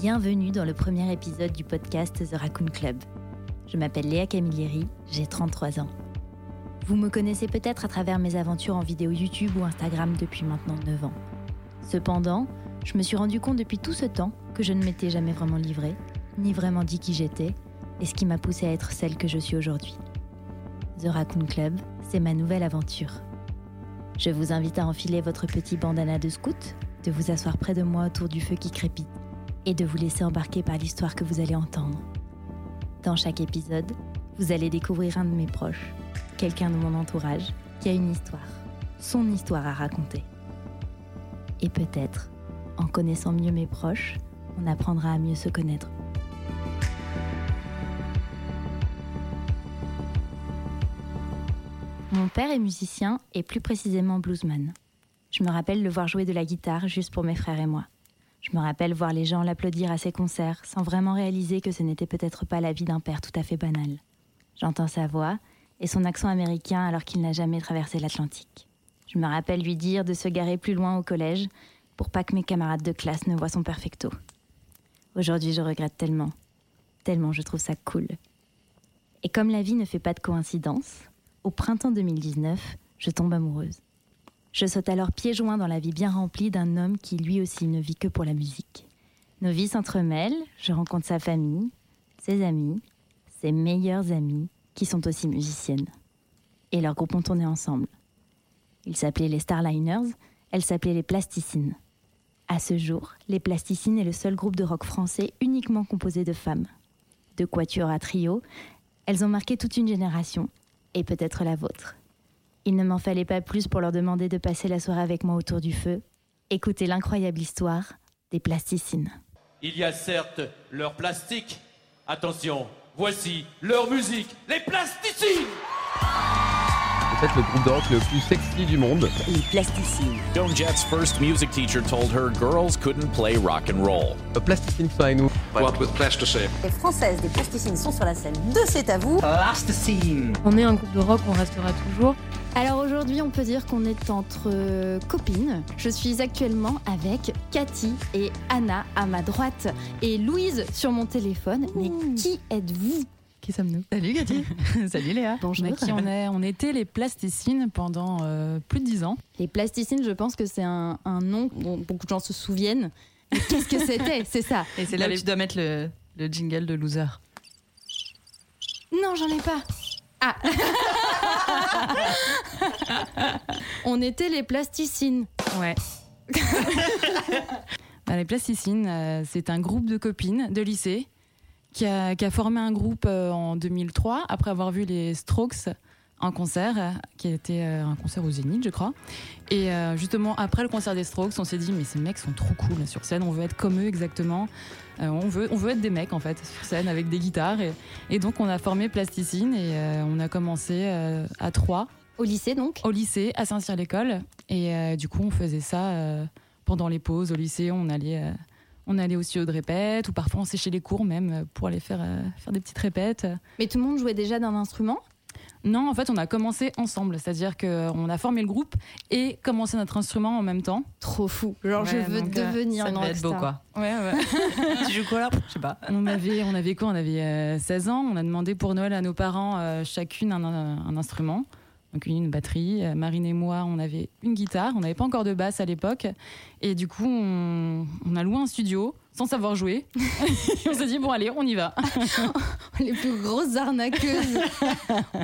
Bienvenue dans le premier épisode du podcast The Raccoon Club. Je m'appelle Léa Camilleri, j'ai 33 ans. Vous me connaissez peut-être à travers mes aventures en vidéo YouTube ou Instagram depuis maintenant 9 ans. Cependant, je me suis rendu compte depuis tout ce temps que je ne m'étais jamais vraiment livrée, ni vraiment dit qui j'étais, et ce qui m'a poussée à être celle que je suis aujourd'hui. The Raccoon Club, c'est ma nouvelle aventure. Je vous invite à enfiler votre petit bandana de scout, de vous asseoir près de moi autour du feu qui crépite et de vous laisser embarquer par l'histoire que vous allez entendre. Dans chaque épisode, vous allez découvrir un de mes proches, quelqu'un de mon entourage, qui a une histoire, son histoire à raconter. Et peut-être, en connaissant mieux mes proches, on apprendra à mieux se connaître. Mon père est musicien et plus précisément bluesman. Je me rappelle le voir jouer de la guitare juste pour mes frères et moi. Je me rappelle voir les gens l'applaudir à ses concerts sans vraiment réaliser que ce n'était peut-être pas la vie d'un père tout à fait banal. J'entends sa voix et son accent américain alors qu'il n'a jamais traversé l'Atlantique. Je me rappelle lui dire de se garer plus loin au collège pour pas que mes camarades de classe ne voient son perfecto. Aujourd'hui, je regrette tellement. Tellement je trouve ça cool. Et comme la vie ne fait pas de coïncidence, au printemps 2019, je tombe amoureuse. Je saute alors pieds joints dans la vie bien remplie d'un homme qui lui aussi ne vit que pour la musique. Nos vies s'entremêlent, je rencontre sa famille, ses amis, ses meilleures amies, qui sont aussi musiciennes. Et leurs groupes ont tourné ensemble. Ils s'appelaient les Starliners, elles s'appelaient les Plasticines. À ce jour, les Plasticines est le seul groupe de rock français uniquement composé de femmes. De quatuor à trio, elles ont marqué toute une génération, et peut-être la vôtre. Il ne m'en fallait pas plus pour leur demander de passer la soirée avec moi autour du feu, écouter l'incroyable histoire des plasticines. Il y a certes leur plastique. Attention, voici leur musique, les plasticines peut-être le groupe de rock le plus sexy du monde. les plasticines. Joan Jett's first music teacher told her girls couldn't play rock and roll. Euh, Plasticine Soino. What with plasticine? Les françaises des plasticines sont sur la scène de C'est à vous. On est un groupe de rock, on restera toujours. Alors aujourd'hui, on peut dire qu'on est entre euh, copines. Je suis actuellement avec Cathy et Anna à ma droite et Louise sur mon téléphone. Mais qui êtes-vous Qui sommes-nous Salut Cathy Salut Léa Bonjour. À qui on est On était les plasticines pendant euh, plus de 10 ans. Les plasticines, je pense que c'est un, un nom dont beaucoup de gens se souviennent. Mais Qu'est-ce que c'était C'est ça. Et c'est là Donc- que tu dois mettre le, le jingle de loser. Non, j'en ai pas. Ah On était les plasticines. Ouais. Bah, les plasticines, euh, c'est un groupe de copines de lycée qui a, qui a formé un groupe euh, en 2003 après avoir vu les Strokes en concert, euh, qui a été euh, un concert au Zénith, je crois. Et euh, justement, après le concert des Strokes, on s'est dit, mais ces mecs sont trop cool sur scène, on veut être comme eux exactement. Euh, on, veut, on veut être des mecs, en fait, sur scène, avec des guitares. Et, et donc, on a formé Plasticine et euh, on a commencé euh, à trois Au lycée, donc au lycée, à Saint-Cyr-l'École. Et euh, du coup, on faisait ça euh, pendant les pauses au lycée. On allait, euh, on allait aussi aux répètes ou parfois on séchait les cours même euh, pour aller faire, euh, faire des petites répètes. Mais tout le monde jouait déjà d'un instrument Non, en fait, on a commencé ensemble. C'est-à-dire qu'on a formé le groupe et commencé notre instrument en même temps. Trop fou. Genre, je Ouais, veux donc, euh, devenir ça une devait être rockstar. beau, quoi. Ouais, ouais. tu joues quoi là Je sais pas. On avait, on avait quoi On avait euh, 16 ans. On a demandé pour Noël à nos parents euh, chacune un, un- un instrument. Donc une, une batterie. Euh, Marine et moi, on avait une guitare. On n'avait pas encore de basse à l'époque. Et du coup, on, on a loué un studio sans savoir jouer. et on s'est dit, bon, allez, on y va. les plus grosses arnaqueuses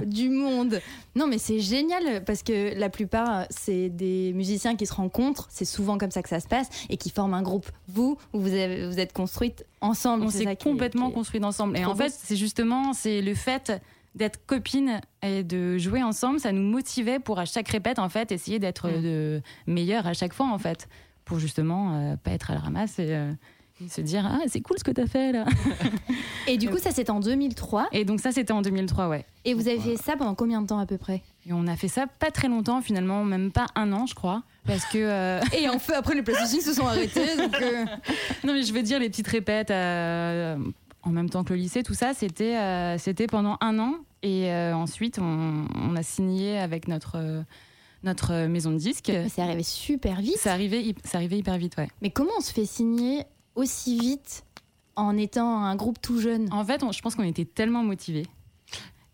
du monde. Non, mais c'est génial parce que la plupart, c'est des musiciens qui se rencontrent. C'est souvent comme ça que ça se passe et qui forment un groupe. Vous, vous, avez- vous êtes construites ensemble. On c'est ça s'est qui est- Ah complètement qui est- construit ensemble. Et Trop en beau. fait, c'est justement c'est le fait d'être copines et de jouer ensemble, ça nous motivait pour à chaque répète, en fait, essayer d'être euh, Mm. de meilleur à chaque fois, en fait, pour justement euh, pas être à la ramasse et, euh, et se dire Ah, c'est cool ce que t'as fait là. Et du coup, ça c'était en 2003. Et donc, ça, c'était en 2003, ouais. Et vous avez fait ça pendant combien de temps à peu près Et on a fait ça pas très longtemps, finalement, même pas un an, je crois. Parce que. euh, Et en fait, après, les plasticiens se sont arrêtés. Donc, euh, non, mais je veux dire, les petites répètes euh, en même temps que le lycée, tout ça, c'était euh, c'était pendant un an. Et euh, ensuite, on, on a signé avec notre, euh, notre maison de disques. Mais Euh, C'est arrivé super vite. Ça arrivait, hy- ça arrivait hyper vite, ouais. Mais comment on se fait signer aussi vite en étant un groupe tout jeune En fait, on- je pense qu'on était tellement motivés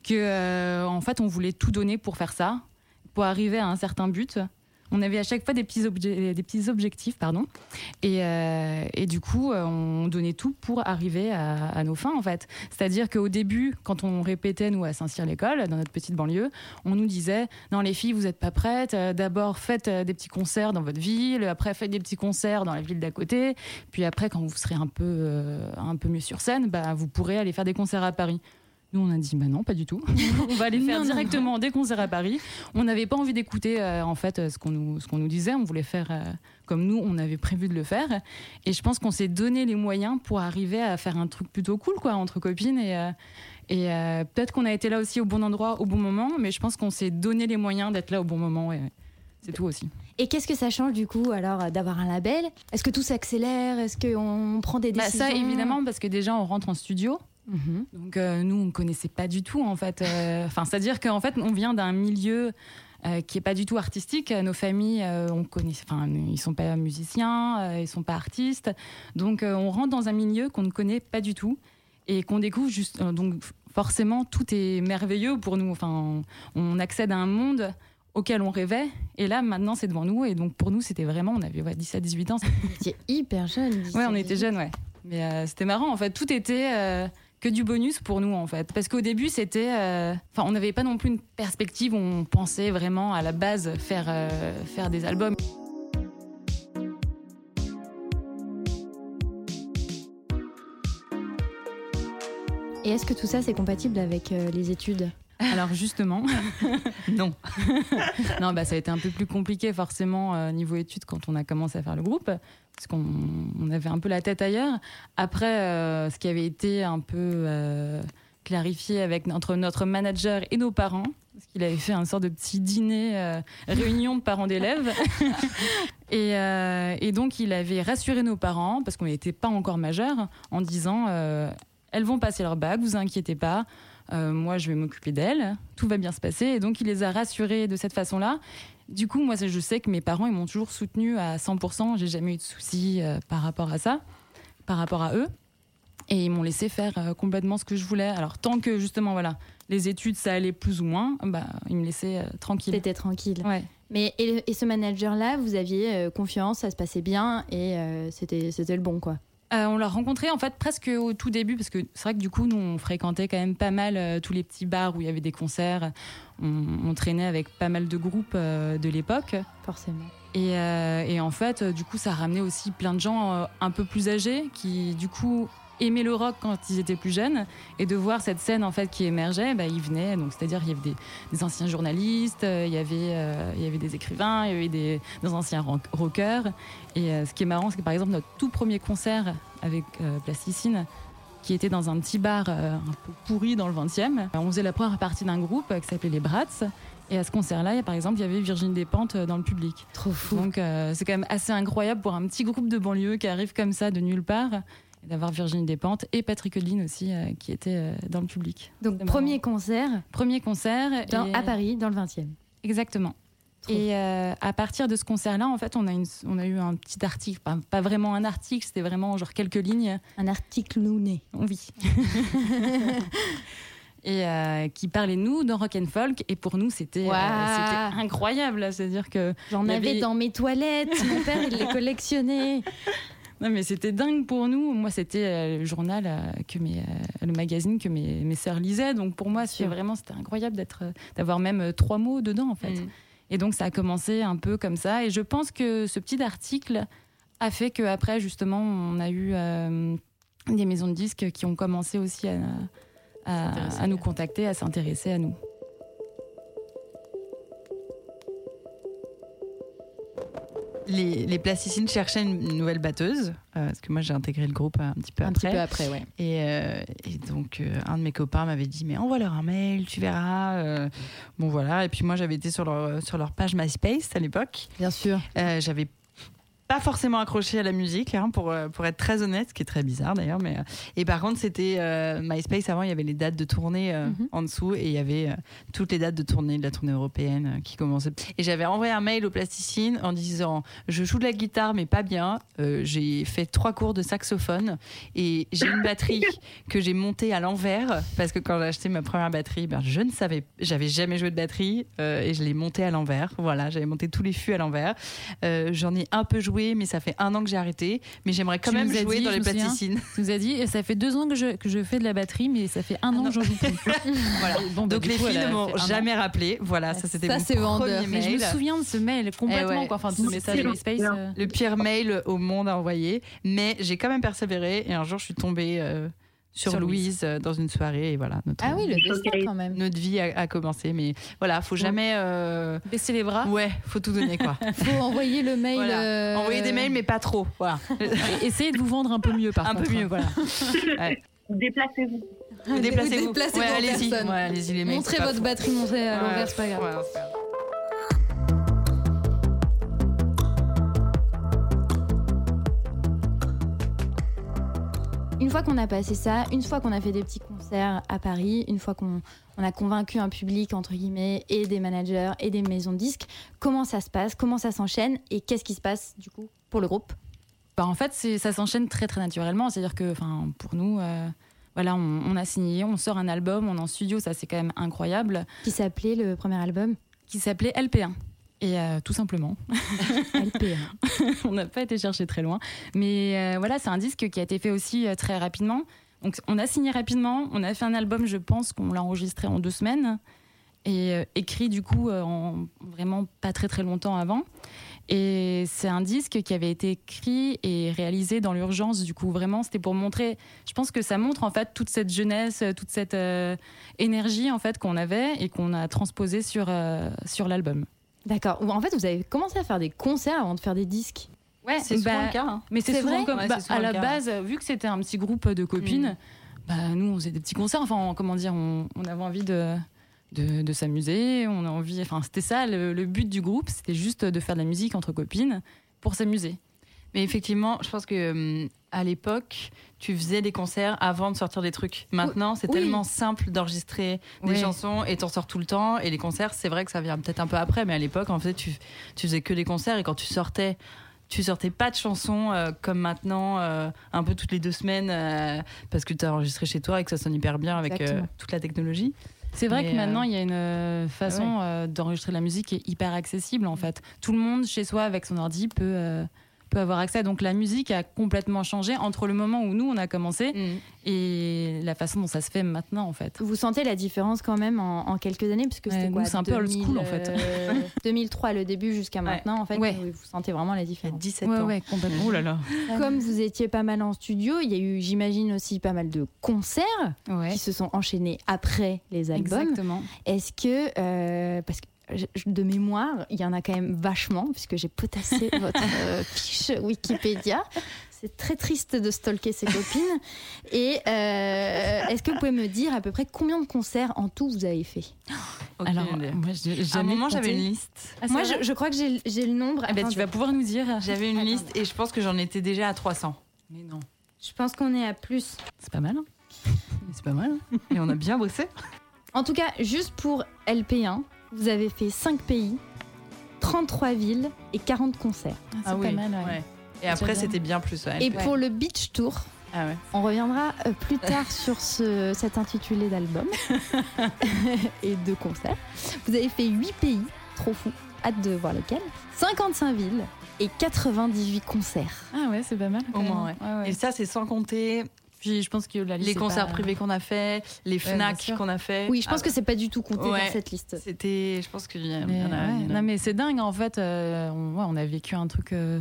que, euh, en fait, on voulait tout donner pour faire ça, pour arriver à un certain but. On avait à chaque fois des petits, obje- des petits objectifs, pardon, et, euh, et du coup, euh, on donnait tout pour arriver à, à nos fins, en fait. C'est-à-dire qu'au début, quand on répétait nous à Saint-Cyr l'école, dans notre petite banlieue, on nous disait non les filles, vous n'êtes pas prêtes. Euh, D'abord, faites euh, des petits concerts dans votre ville, après faites des petits concerts dans la ville d'à côté, puis après, quand vous serez un peu, euh, un peu mieux sur scène, bah, vous pourrez aller faire des concerts à Paris. Nous, on a dit, bah non, pas du tout. on va aller faire Non, non, directement des concerts à Paris. On n'avait pas envie d'écouter, euh, en fait, euh, ce qu'on nous, ce qu'on nous disait. On voulait faire euh, comme nous, on avait prévu de le faire. Et je pense qu'on s'est donné les moyens pour arriver à faire un truc plutôt cool, quoi, entre copines. Et, euh, et euh, peut-être qu'on a été là aussi au bon endroit, au bon moment, mais je pense qu'on s'est donné les moyens d'être là au bon moment. ouais, ouais. C'est tout aussi. Et qu'est-ce que ça change du coup alors euh, d'avoir un label Est-ce que tout s'accélère Est-ce qu'on prend des Bah, décisions ça, évidemment, parce que déjà, on rentre en studio. Mhm. Donc euh, nous, on ne connaissait pas du tout en fait. Euh, Enfin, c'est-à-dire qu'en fait, on vient d'un milieu euh, qui est pas du tout artistique. Nos familles, euh, on connaît, enfin, ils sont pas musiciens, euh, ils sont pas artistes. Donc euh, on rentre dans un milieu qu'on ne connaît pas du tout et qu'on découvre juste. euh, donc f- forcément, tout est merveilleux pour nous. Enfin, on, on accède à un monde auquel on rêvait et là maintenant c'est devant nous et donc pour nous c'était vraiment on avait ouais, 17 18 ans Vous étiez hyper jeune. Ouais, on était jeunes, ouais. Mais euh, c'était marrant, en fait. Tout était euh, que du bonus pour nous, en fait. Parce qu'au début, c'était. euh, Enfin, on n'avait pas non plus une perspective où on pensait vraiment à la base faire, euh, faire des albums. Et est-ce que tout ça c'est compatible avec euh, les études Alors, justement. non. non, bah, ça a été un peu plus compliqué, forcément, euh, niveau études, quand on a commencé à faire le groupe. Parce qu'on on avait un peu la tête ailleurs. Après, euh, ce qui avait été un peu. euh, clarifié avec entre notre manager et nos parents, parce qu'il avait fait un sorte de petit dîner, euh, réunion de parents d'élèves. et, euh, et donc, il avait rassuré nos parents, parce qu'on n'était pas encore majeurs, en disant euh, Elles vont passer leur bac, vous inquiétez pas, euh, moi je vais m'occuper d'elles, tout va bien se passer. Et donc, il les a rassurés de cette façon-là. Du coup, moi, je sais que mes parents, ils m'ont toujours soutenu à 100%, j'ai jamais eu de soucis euh, par rapport à ça, par rapport à eux. Et ils m'ont laissé faire euh, complètement ce que je voulais. Alors, tant que justement, voilà, les études, ça allait plus ou moins, bah, ils me laissaient euh, tranquille. C'était tranquille. Ouais. Mais et, le- et ce manager-là, vous aviez euh, confiance, ça se passait bien et euh, c'était c'était le bon quoi. Euh, on l'a rencontré en fait presque au tout début parce que c'est vrai que du coup nous on fréquentait quand même pas mal euh, tous les petits bars où il y avait des concerts. On, on traînait avec pas mal de groupes euh, de l'époque Forcément. et, euh, et en fait euh, du coup ça ramenait aussi plein de gens euh, un peu plus âgés qui du coup aimaient le rock quand ils étaient plus jeunes et de voir cette scène en fait qui émergeait, bah, ils venaient donc c'est-à-dire il y avait des, des anciens journalistes, euh, il y avait euh, il y avait des écrivains, il y avait des, des anciens rock- rockers et euh, ce qui est marrant, c'est que par exemple, notre tout premier concert avec euh, Plasticine, qui était dans un petit bar euh, un peu pourri dans le 20e, on faisait la première partie d'un groupe euh, qui s'appelait Les Brats. Et à ce concert-là, il y a, par exemple, il y avait Virginie Despentes euh, dans le public. Trop fou. Donc euh, c'est quand même assez incroyable pour un petit groupe de banlieue qui arrive comme ça de nulle part, et d'avoir Virginie Despentes et Patrick Odlin aussi euh, qui étaient euh, dans le public. Donc c'est premier concert Premier concert dans- et- à Paris dans le 20e. Exactement. Trop. Et euh, à partir de ce concert-là, en fait, on a, une- on a eu un petit article, pas, pas vraiment un article, c'était vraiment genre quelques lignes. Un article nouné. Oui. et euh, qui parlait de nous dans Rock and Folk. Et pour nous, c'était Waouh. euh, c'était incroyable. C'est-à-dire que J'en Il y avais avait- dans mes toilettes. Mon père il les collectionnait. Non, mais c'était dingue pour nous. Moi, c'était euh, le journal, euh, que mes, euh, le magazine que mes, mes sœurs lisaient. Donc pour moi, c'est sûr. vraiment, c'était incroyable d'être, euh, d'avoir même euh, trois mots dedans, en fait. Mm. Et donc ça a commencé un peu comme ça. Et je pense que ce petit article a fait qu'après, justement, on a eu euh, des maisons de disques qui ont commencé aussi à, à- à nous contacter, à s'intéresser à nous. Les, les plasticines cherchaient une, une nouvelle batteuse, euh, parce que moi j'ai intégré le groupe euh, un petit peu Un après. petit peu après, ouais. Et, euh, et donc, euh, un de mes copains m'avait dit Mais envoie-leur un mail, tu verras. euh, bon, voilà. Et puis, moi, j'avais été sur leur, sur leur page MySpace à l'époque. Bien sûr. Euh, j'avais pas forcément accroché à la musique, hein, pour, euh, pour être très honnête, ce qui est très bizarre d'ailleurs. Mais, euh, et par contre, c'était euh, MySpace. Avant, il y avait les dates de tournée euh, Mhm. en dessous et il y avait euh, toutes les dates de tournée, de la tournée européenne euh, qui commençait. Et j'avais envoyé un mail aux plasticines en disant Je joue de la guitare, mais pas bien. Euh, j'ai fait trois cours de saxophone et j'ai une batterie que j'ai montée à l'envers parce que quand j'ai acheté ma première batterie, ben, je ne savais, j'avais jamais joué de batterie euh, et je l'ai montée à l'envers. Voilà, j'avais monté tous les fûts à l'envers. Euh, J'en ai un peu joué, mais ça fait un an que j'ai arrêté. Mais j'aimerais quand Tu même nous as jouer dit, dans je les me souviens. plasticines. Tu nous as dit, et ça fait deux ans que je, que je fais de la batterie, mais ça Ah fait un an que j'en joue plus. Voilà. Bon, bah, Donc du les coup, filles elle ne a m'ont fait un an. jamais rappelé. Voilà, ça c'était Ça, mon c'est vendeur. premier Mais je mail. me souviens de ce mail complètement, Eh ouais. quoi. Enfin, de ce message MySpace. euh, Le pire mail au monde à envoyer. Mais j'ai quand même persévéré et un jour je suis tombée euh, sur, Sur Louise. Louise euh, dans une soirée et voilà. Notre, Ah oui, le destin quand même. notre vie a, a commencé. Mais voilà, faut jamais. euh, Baisser les bras. Ouais, faut tout donner quoi. Faut envoyer le mail. Voilà. euh, Envoyer des mails mais pas trop. Voilà. Et Essayez de vous vendre un peu mieux, par un contre. peu mieux voilà. Déplacez-vous. Déplacez-vous. Déplacez-vous Ouais, en allez-y. personne. Ouais, allez-y les mecs. Montrez c'est pas votre fou. batterie, montrez euh, à l'envers, Ouais, c'est pas grave. ouais, c'est pas grave. Une fois qu'on a passé ça, une fois qu'on a fait des petits concerts à Paris, une fois qu'on on a convaincu un public, entre guillemets, et des managers et des maisons de disques, comment ça se passe, comment ça s'enchaîne et qu'est-ce qui se passe du coup pour le groupe Bah, en fait, c'est- ça s'enchaîne très très naturellement. C'est-à-dire que, enfin, pour nous, euh, voilà, on, on a signé, on sort un album, on est en studio, ça c'est quand même incroyable, qui s'appelait le premier album qui s'appelait LP1. Et euh, tout simplement, E. LP. on n'a pas été chercher très loin. Mais euh, voilà, c'est un disque qui a été fait aussi euh, très rapidement. Donc on a signé rapidement, on a fait un album, je pense qu'on l'a enregistré en deux semaines et euh, écrit du coup euh, en vraiment pas très très longtemps avant. Et c'est un disque qui avait été écrit et réalisé dans l'urgence du coup vraiment c'était pour montrer. Je pense que ça montre en fait toute cette jeunesse, euh, toute cette euh, énergie en fait qu'on avait et qu'on a transposé sur euh, sur l'album. D'accord. En fait, vous avez commencé à faire des concerts avant de faire des disques. Ouais, C'est souvent le cas. hein. bah, mais c'est C'est souvent vrai comme Ouais, Mm. bah, c'est souvent à le la cas, base, vu que c'était un petit groupe de copines, bah, nous on faisait des petits concerts. Enfin, on- comment dire, on, on avait envie de de, de s'amuser. On a envie. Enfin, c'était ça le, le but du groupe. C'était juste de faire de la musique entre copines pour s'amuser. Mais effectivement, je pense que hum, à l'époque, tu faisais des concerts avant de sortir des trucs. Maintenant, c'est Oui. tellement simple d'enregistrer des Ouais. chansons et t'en sors tout le temps. Et les concerts, c'est vrai que ça vient peut-être un peu après, mais à l'époque, en fait, tu, tu faisais que des concerts et quand tu sortais. Tu sortais pas de chansons euh, comme maintenant, euh, un peu toutes les deux semaines, euh, parce que tu as enregistré chez toi et que ça sonne hyper bien avec euh, Exactement. toute la technologie. C'est vrai Mais, que euh, maintenant il y a une euh, façon euh, d'enregistrer la musique qui est hyper accessible en fait. Tout le monde chez soi avec son ordi peut euh, peut avoir accès. Donc la musique a complètement changé entre le moment où nous on a commencé Mm. et la façon dont ça se fait maintenant en fait. Vous sentez la différence quand même en, en quelques années parce que Ouais, c'était nous, quoi c'est un peu old school, en fait. euh, 2003 le début jusqu'à Ouais. maintenant en fait Ouais. vous, vous sentez vraiment la Il y a différence. 17 ouais, ans. ouais, complètement. Oh là là. Comme vous étiez pas mal en studio, il y a eu j'imagine aussi pas mal de concerts Ouais. qui se sont enchaînés après les albums. Exactement. Est-ce que euh, parce que je- je- de mémoire, il y en a quand même vachement, puisque j'ai potassé votre euh, fiche Wikipédia. C'est très triste de stalker ses copines. Et euh, est-ce que vous pouvez me dire à peu près combien de concerts en tout vous avez fait Aucune Alors, idée. moi, je- j'ai à un jamais moment, compté. j'avais une liste. Ah, c'est Moi, vrai je, je crois que j'ai j'ai le nombre. Eh ben, tu Attendez. vas pouvoir nous dire. J'avais une liste et je pense que j'en étais déjà à 300. Mais non. Je pense qu'on est à plus. C'est pas mal. hein. Ah, C'est pas mal. hein. Et on a bien bossé. En tout cas, juste pour LP1, vous avez fait 5 pays, 33 villes et 40 concerts. Ah, C'est pas mal. ouais. Ah Et après, bien. c'était bien plus. ouais. Et Ouais. pour le Beach Tour, Ah ouais. On reviendra euh, plus tard sur ce, cet intitulé d'album et de concert. Vous avez fait 8 pays, trop fou, hâte de voir lesquels, 55 villes et 98 concerts. Ah ouais, c'est pas mal. quand moins, même. ouais. Et ça, c'est sans compter Puis je pense que la liste les est concerts pas- privés qu'on a fait, les bien Fnac sûr. qu'on a fait. Oui, je pense que c'est pas du tout compté Ah Ouais. dans cette liste. c'était. Je pense qu'il y en a. Mais, il y en a- ouais. il y en a- Non mais c'est dingue en fait. euh, on, ouais, on a vécu un truc, euh,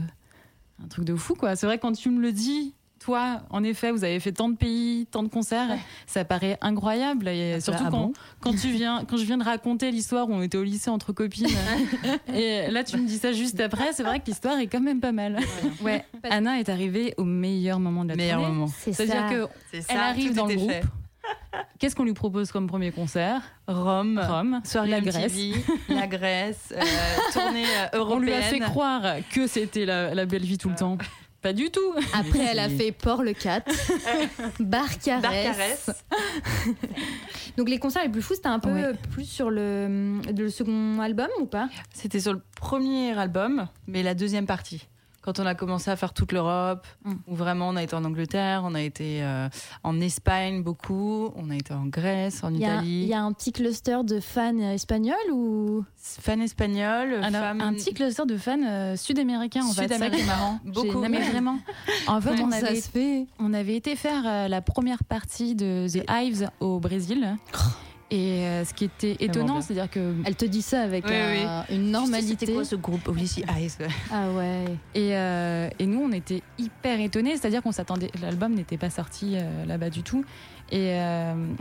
un truc de fou quoi. C'est vrai quand tu me le dis. Toi, en effet, vous avez fait tant de pays, tant de concerts, ça paraît incroyable. Et surtout ah quand, bon quand tu viens, quand je viens de raconter l'histoire où on était au lycée entre copines, et là tu me dis ça juste après, c'est vrai que l'histoire est quand même pas mal. Ouais, Anna est arrivée au meilleur moment de la Meilleur tournée. moment. C'est C'est-à-dire ça. que C'est ça, elle arrive tout dans le était groupe. fait. Qu'est-ce qu'on lui propose comme premier concert Rome, Rome, soirée la MTV, Grèce. la Grèce, euh, tournée euh, européenne. Euh, On lui a fait croire que c'était la, la belle vie tout le temps. Pas du tout. Après, elle a fait Port-le-Cat, Barcarès. Barcarès. Donc, les concerts les plus fous, c'était un peu euh, plus sur le, le second album ou pas C'était sur le premier album, mais la deuxième partie. Quand on a commencé à faire toute l'Europe, Mm. où vraiment on a été en Angleterre, on a été euh, en Espagne beaucoup, on a été en Grèce, en Il y, a- il Italie. y a un petit cluster de fans espagnols ou Fan espagnol, Alors, femme- Ah, un petit cluster de fans euh, sud-américains, en fait. C'est ça qui est Sud-américains. marrant. Beaucoup. J'ai- non, mais vraiment. En fait, Comment on ça avait, se on avait été faire euh, la première partie de The Hives au Brésil. Et euh, ce qui était étonnant, Oh. bien. c'est-à-dire que. Elle te dit ça avec Oui, euh, oui. une Tu sais, normalité. c'était quoi ce groupe Odyssey Eyes Ah ouais. Et, euh, et nous, on était hyper étonnés, c'est-à-dire qu'on s'attendait. L'album n'était pas sorti euh, là-bas du tout. Et euh,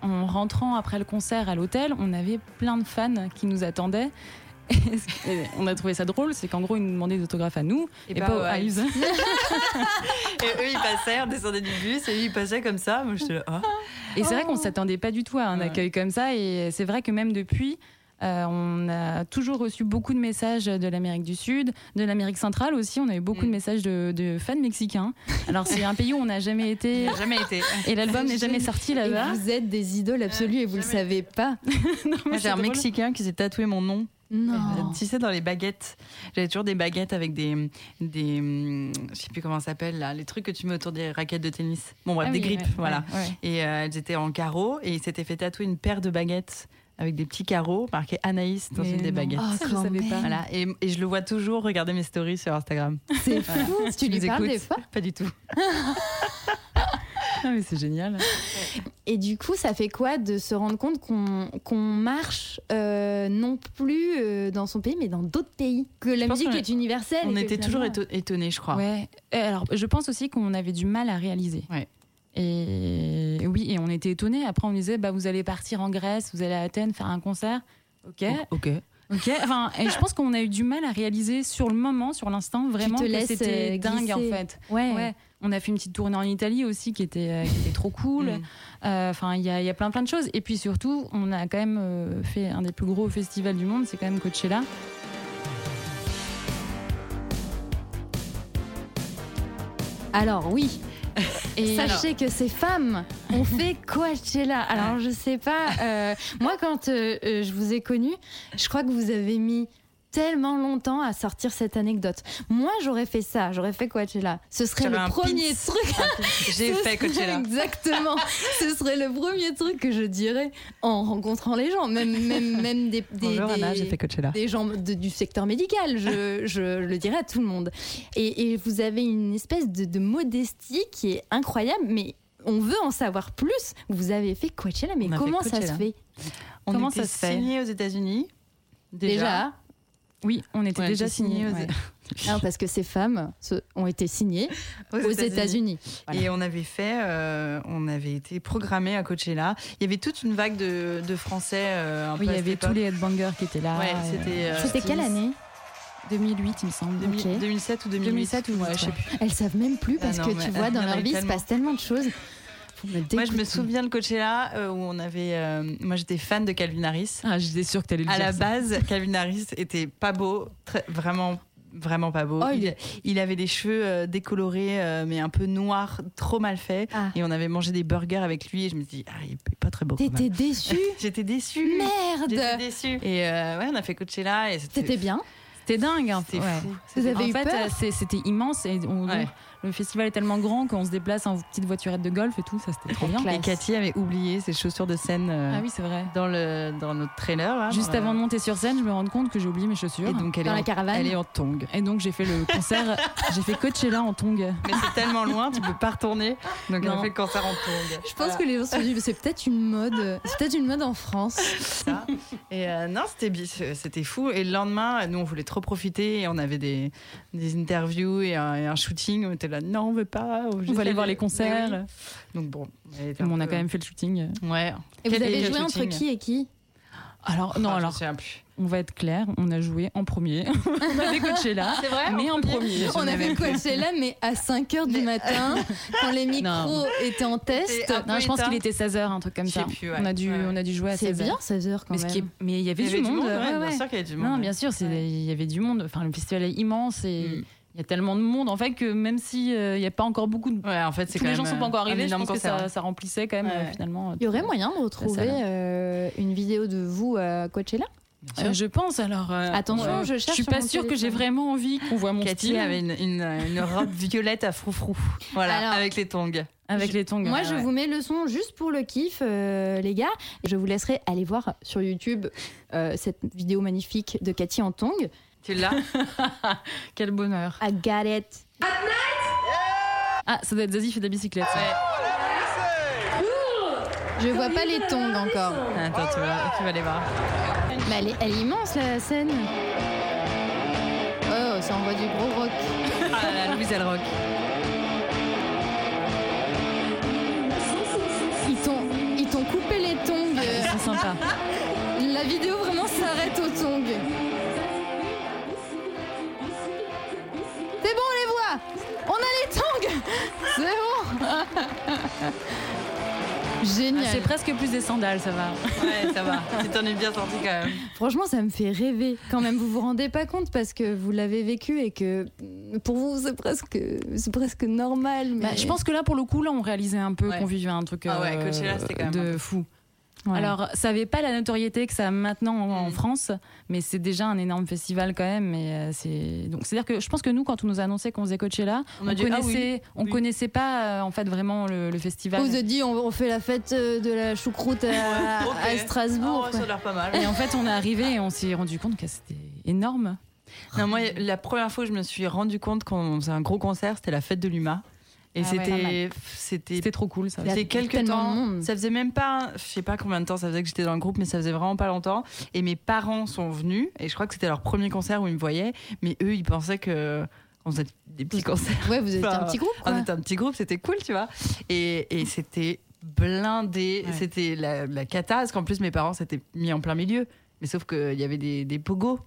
en rentrant après le concert à l'hôtel, on avait plein de fans qui nous attendaient. Et ce que- et on a trouvé ça drôle, c'est qu'en gros, ils nous demandaient des autographes à nous et, pas pas, aux aux Hives. Hives. Et eux, ils passaient, on descendait du bus, et eux, ils passaient comme ça. Moi, j'étais là, Ah. Et c'est vrai qu'on s'attendait pas du tout à un accueil comme ça. Et c'est vrai que même depuis, euh, on a toujours reçu beaucoup de messages de l'Amérique du Sud, de l'Amérique centrale aussi. On a eu beaucoup de messages de, de fans mexicains. Alors c'est un pays où on n'a jamais été. On n'a jamais été. Et l'album n'est jamais sorti là-bas. Et vous êtes des idoles absolues et vous le savez pas. Moi, j'ai c'est un drôle. Mexicain qui s'est tatoué mon nom. Oh. Non. Tu sais, dans les baguettes. J'avais toujours des baguettes avec des. des hum, je sais plus comment ça s'appelle, là. Les trucs que tu mets autour des raquettes de tennis. Bon, bref, Ah des oui, grippes, ouais, voilà. ouais, ouais. Et euh, elles étaient en carreau et il s'était fait tatouer une paire de baguettes avec des petits carreaux marqués Anaïs dans Mais une des non. baguettes. Ah, Ça, quand même. Voilà. Et, et je le vois toujours regarder mes stories sur Instagram. C'est Voilà. fou. Tu Je lui les parles écoute. des fois Pas du tout. Ah, mais c'est génial. Et du coup, ça fait quoi de se rendre compte qu'on qu'on marche euh, non plus euh, dans son pays, mais dans d'autres pays Que la pense musique qu'on est universelle. On et que était toujours finalement- éto- étonnés, je crois. Ouais. Et alors, je pense aussi qu'on avait du mal à réaliser. Et oui, et on était étonnés. Après, on disait, bah, vous allez partir en Grèce, vous allez à Athènes faire un concert. Ok. Ok. Ok. Enfin, et je pense qu'on a eu du mal à réaliser sur le moment, sur l'instant, vraiment te que laisses, c'était euh, dingue en glisser. fait. Ouais. On a fait une petite tournée en Italie aussi qui était, euh, qui était trop cool. Mm. Euh, Enfin, il y a, il y a plein plein de choses. Et puis surtout, on a quand même euh, fait un des plus gros festivals du monde, c'est quand même Coachella. Alors oui. Et- Sachez que ces femmes ont fait Coachella. Alors je sais pas. euh, moi, quand euh, euh, je vous ai connue, je crois que vous avez mis tellement longtemps à sortir cette anecdote. Moi, j'aurais fait ça. J'aurais fait Coachella. Ce serait J'aurais un le premier pins. truc. J'ai Ce fait serait- Coachella. Exactement. Ce serait le premier truc que je dirais en rencontrant les gens, même même même des des, Bonjour, des- Anna, j'ai fait Coachella. des gens de- du secteur médical. Je, je le dirais à tout le monde. Et, et vous avez une espèce de, de modestie qui est incroyable, mais on veut en savoir plus. Vous avez fait Coachella, mais On a fait comment ça se Coachella. fait On Comment était ça se fait signés aux États-Unis. Déjà. Oui, on était Ouais, déjà j'ai signé signés. aux- ouais. Non, Ah, parce que ces femmes se- ont été signées aux, États-Unis. Et on avait fait, euh, on avait été programmé à Coachella. Il y avait toute une vague de, de Français. euh, un Oui, peu il à y cette avait tous époque. les headbangers qui étaient là. Ouais, euh, c'était, euh, C'était quelle année 2008, il me semble. 2000- Ok. 2007 ou 2008. 2007 ou ouais, 2008, je sais ouais. plus. Elles savent même plus Ah parce non, que mais tu elles vois, dans en leur avaient vie, il se tellement. passe tellement de choses. Vous me Moi, je me dégoûtez. souviens de Coachella euh, où on avait. euh, moi, j'étais fan de Calvin Harris. Ah, j'étais sûre que t'allais le À dire, la ça. base, Calvin Harris était pas beau, très- vraiment, vraiment pas beau. Oh, il il, il avait des cheveux euh, décolorés, euh, mais un peu noirs, trop mal faits. Ah. Et on avait mangé des burgers avec lui. Et je me dis, ah, il est pas très beau. quand même. T'étais déçue J'étais déçue. Merde J'étais déçue. Et euh, ouais, on a fait Coachella et c'était C'était bien. C'était dingue. hein. C'était Ouais. fou. Vous avez en eu fait, peur euh, c'est- c'était immense et on- Ouais. le festival est tellement grand qu'on se déplace en petite voiturette de golf et tout, ça c'était trop bien. Et euh, Cathy avait oublié ses chaussures de scène euh, Ah oui, c'est vrai. dans, le, dans notre trailer. hein, Ah, Juste dans avant de le- monter sur scène, je me rends compte que j'ai oublié mes chaussures. Et donc elle, hein, Dans est la en, caravane. elle est en tongue. Et donc j'ai fait le concert, j'ai fait Coachella en tongue. Mais c'est tellement loin, tu peux pas retourner. Donc elle a Non. fait le concert en tongue. Je pense que les gens se sont dit, c'est peut-être une mode. C'est peut-être une mode en France. Et euh, non, c'était bi- c'était fou. Et le lendemain, nous on voulait trop trop profité et on avait des, des interviews et un, et un shooting. On était là, non, on veut pas. On va aller voir les concerts. Donc bon. Mais on a quand même fait le shooting. Ouais. Et vous avez joué entre qui et qui Alors, non, Ah, je alors, me souviens plus. on va être clair, on a joué en premier. on avait Coachella. C'est vrai Ah, Mais en premier. On avait Coachella, mais à 5h du matin, quand les micros Non. étaient en test. Non, je pense qu'il était 16h, un truc comme Je sais ça. plus, ouais. on, a dû, Ouais, ouais. on a dû jouer à 16h. C'est bien, 16h, quand mais ce qui est- même. Mais il y avait Il y du avait du monde. monde, ouais, ouais, bien ouais. sûr qu'il y avait du Non, monde. bien sûr, c'est- il y avait du monde. Enfin, le festival est immense et il y a tellement de monde en fait que même s'il n'y a pas encore beaucoup de. en fait, Tous les gens euh, sont pas encore arrivés, je pense que ça, ça remplissait quand même Ouais. euh, finalement. Il y aurait moyen de retrouver salle. euh, une vidéo de vous à Coachella Euh, je pense alors. euh, hein. Attention, je cherche Je suis sur pas mon sûre que j'ai téléphone. vraiment envie qu'on voit mon Cathy style. avait une, une- une robe violette à froufrou. Voilà, Alors- avec les tongs. Avec les tongs. Moi, je vous mets le son juste pour le kiff, euh, les gars. Je vous laisserai aller voir sur YouTube euh, cette vidéo magnifique de Cathy en tongs. Tu l'as Quel bonheur. I got it. Ah, ça doit être Zazie fait de la bicyclette. ça. Je vois pas les tongs encore. Attends, tu vas, tu vas les voir. Mais elle, est, elle est immense, la scène. Oh, ça envoie du gros rock. Ah là là, Louise, elle rock. Ils t'ont, ils t'ont coupé les tongs. C'est sympa. La vidéo vraiment s'arrête aux tongs. C'est bon, on les voit. On a les tongs. C'est bon. Ah, Génial. C'est presque plus des sandales, ça va. Ouais, ça va. Tu t'en es bien sorti quand même. Franchement, ça me fait rêver. Quand même, vous vous rendez pas compte parce que vous l'avez vécu et que pour vous, c'est presque, c'est presque normal. Mais... Bah, je pense que là, pour le coup, là, on réalisait un peu Ouais. qu'on vivait un truc Ah ouais, euh, Coachella, c'était quand même un de truc. fou. Ouais. Alors, ça n'avait pas la notoriété que ça a maintenant en, en Mm. France, mais c'est déjà un énorme festival quand même. Et, euh, c'est... Donc, c'est-à-dire que je pense que nous, quand on nous a annoncé qu'on faisait Coachella, On on, a dit, ah oui, connaissait, on oui. connaissait pas euh, en fait vraiment le, le festival. Vous avez dit, on, on fait la fête euh, de la choucroute à, Ok. à Strasbourg. Oh, Ah ouais, quoi. ça a l'air pas mal. Et en fait, on est arrivé et on s'est rendu compte que c'était énorme. Non, moi, la première fois que je me suis rendu compte qu'on faisait un gros concert, c'était la fête de l'UMA. Et Ah ouais, pas c'était mal. c'était C'était trop cool, ça. Il y a C'est quelques tellement de temps. monde. Ça faisait même pas, je sais pas combien de temps ça faisait que j'étais dans le groupe, mais ça faisait vraiment pas longtemps. Et mes parents sont venus, et je crois que c'était leur premier concert où ils me voyaient, mais eux, ils pensaient que on faisait des petits concerts. Ouais, vous êtes Enfin, un petit Ah, groupe. quoi. On était un petit groupe, c'était cool, tu vois. Et, et c'était blindé, Ouais. c'était la, la cata, parce qu'en plus, mes parents s'étaient mis en plein milieu. Mais sauf qu'il y avait des, des pogos,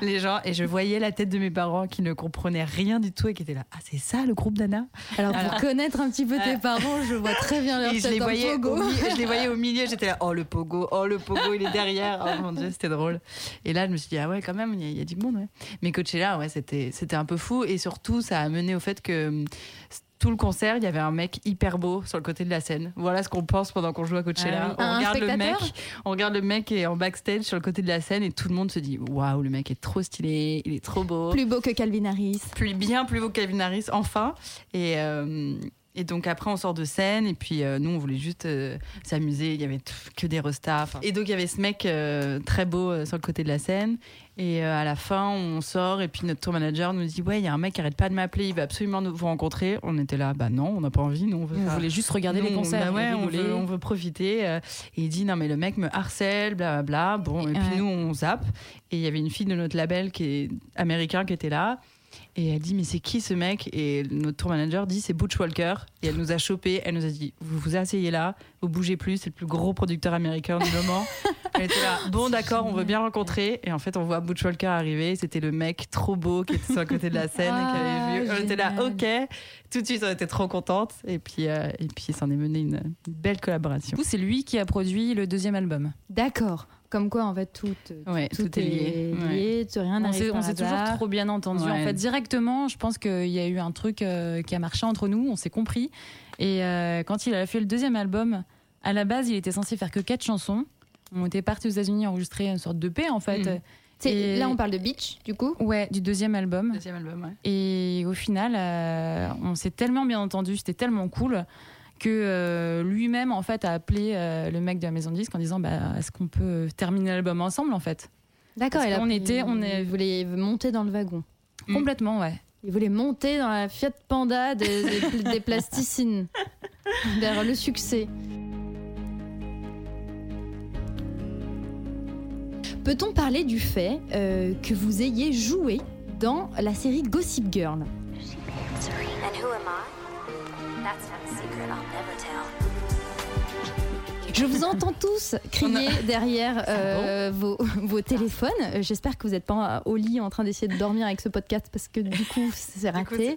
les gens, et je voyais la tête de mes parents qui ne comprenaient rien du tout et qui étaient là. Ah, c'est ça le groupe d'Anna Alors, pour connaître un petit peu tes parents, je vois très bien leur et je tête les, en voyais pogo. au mi- je les voyais au milieu, j'étais là, oh le pogo, oh le pogo, il est derrière, oh mon dieu, c'était drôle. Et là, je me suis dit, ah ouais, quand même, il y, a- il y a du monde, ouais. Mais Coachella, ouais, c'était c'était un peu fou. Et surtout, ça a mené au fait que hum, tout le concert, il y avait un mec hyper beau sur le côté de la scène. Voilà ce qu'on pense pendant qu'on joue à Coachella. Ah oui. on, Un regarde le mec, spectateur on regarde le mec qui est en backstage sur le côté de la scène et tout le monde se dit, waouh, le mec est trop stylé, il est trop beau Plus beau que Calvin Harris. plus bien plus beau que Calvin Harris, enfin. Et, euh, et donc après, on sort de scène. Et puis euh, nous, on voulait juste euh, s'amuser. Il y avait tout- que des restas. enfin. Et donc il y avait ce mec euh, très beau euh, sur le côté de la scène. Et euh, à la fin, on sort. Et puis notre tour manager nous dit ouais, il y a un mec qui arrête pas de m'appeler. Il va absolument nous- vous rencontrer. On était là, bah non, on n'a pas envie. Nous, on veut On faire- voulait juste regarder nous, les on- concerts. bah ouais, on, rigoler. veut, on veut profiter. euh, et il dit non mais le mec me harcèle, blablabla. Bon et, Et- puis ouais. nous on zappe. Et il y avait une fille de notre label qui est américain qui était là. Et elle dit mais c'est qui ce mec Et notre tour manager dit c'est Butch Walker. Et elle nous a chopé. Elle nous a dit vous vous asseyez là, vous bougez plus. C'est le plus gros producteur américain du moment. elle était là. Bon d'accord, on veut bien rencontrer. Et en fait on voit Butch Walker arriver. C'était le mec trop beau qui était sur le côté de la scène et qui avait vu. Ah, On était là génial. ok. Tout de suite, on était trop contentes. Et puis, euh, et puis, ça en est mené une belle collaboration. Du coup, c'est lui qui a produit le deuxième album. D'accord. Comme quoi, en fait, tout, euh, Ouais, tout, est lié. tu- rien on n'arrive s'est, par on s'est toujours hasard. trop bien entendu. En Ouais. fait, directement, je pense qu'il y a eu un truc euh, qui a marché entre nous, on s'est compris. Et euh, quand il a fait le deuxième album, à la base, il était censé faire que quatre chansons. On était partis aux États-Unis enregistrer une sorte de paix, en fait. Mhm. C'est- Et- Là, on parle de beach, du coup. Ouais, du deuxième album. Deuxième album, ouais. Et au final, euh, on s'est tellement bien entendu, c'était tellement cool que euh, lui-même en fait a appelé euh, le mec de la maison de disque en disant bah, est-ce qu'on peut terminer l'album ensemble en fait D'accord. Parce et là, qu'on était- on est- Il voulait monter dans le wagon. Mm. complètement ouais Il voulait monter dans la Fiat Panda des, des- des plasticines vers le succès. Peut-on parler du fait euh, que vous ayez joué dans la série Gossip Girl And who am I? That's not a secret I'll never tell. Je vous entends tous crier derrière euh, vos, vos téléphones. Euh, J'espère que vous n'êtes pas euh, au lit en train d'essayer de dormir avec ce podcast parce que du coup, c'est raté.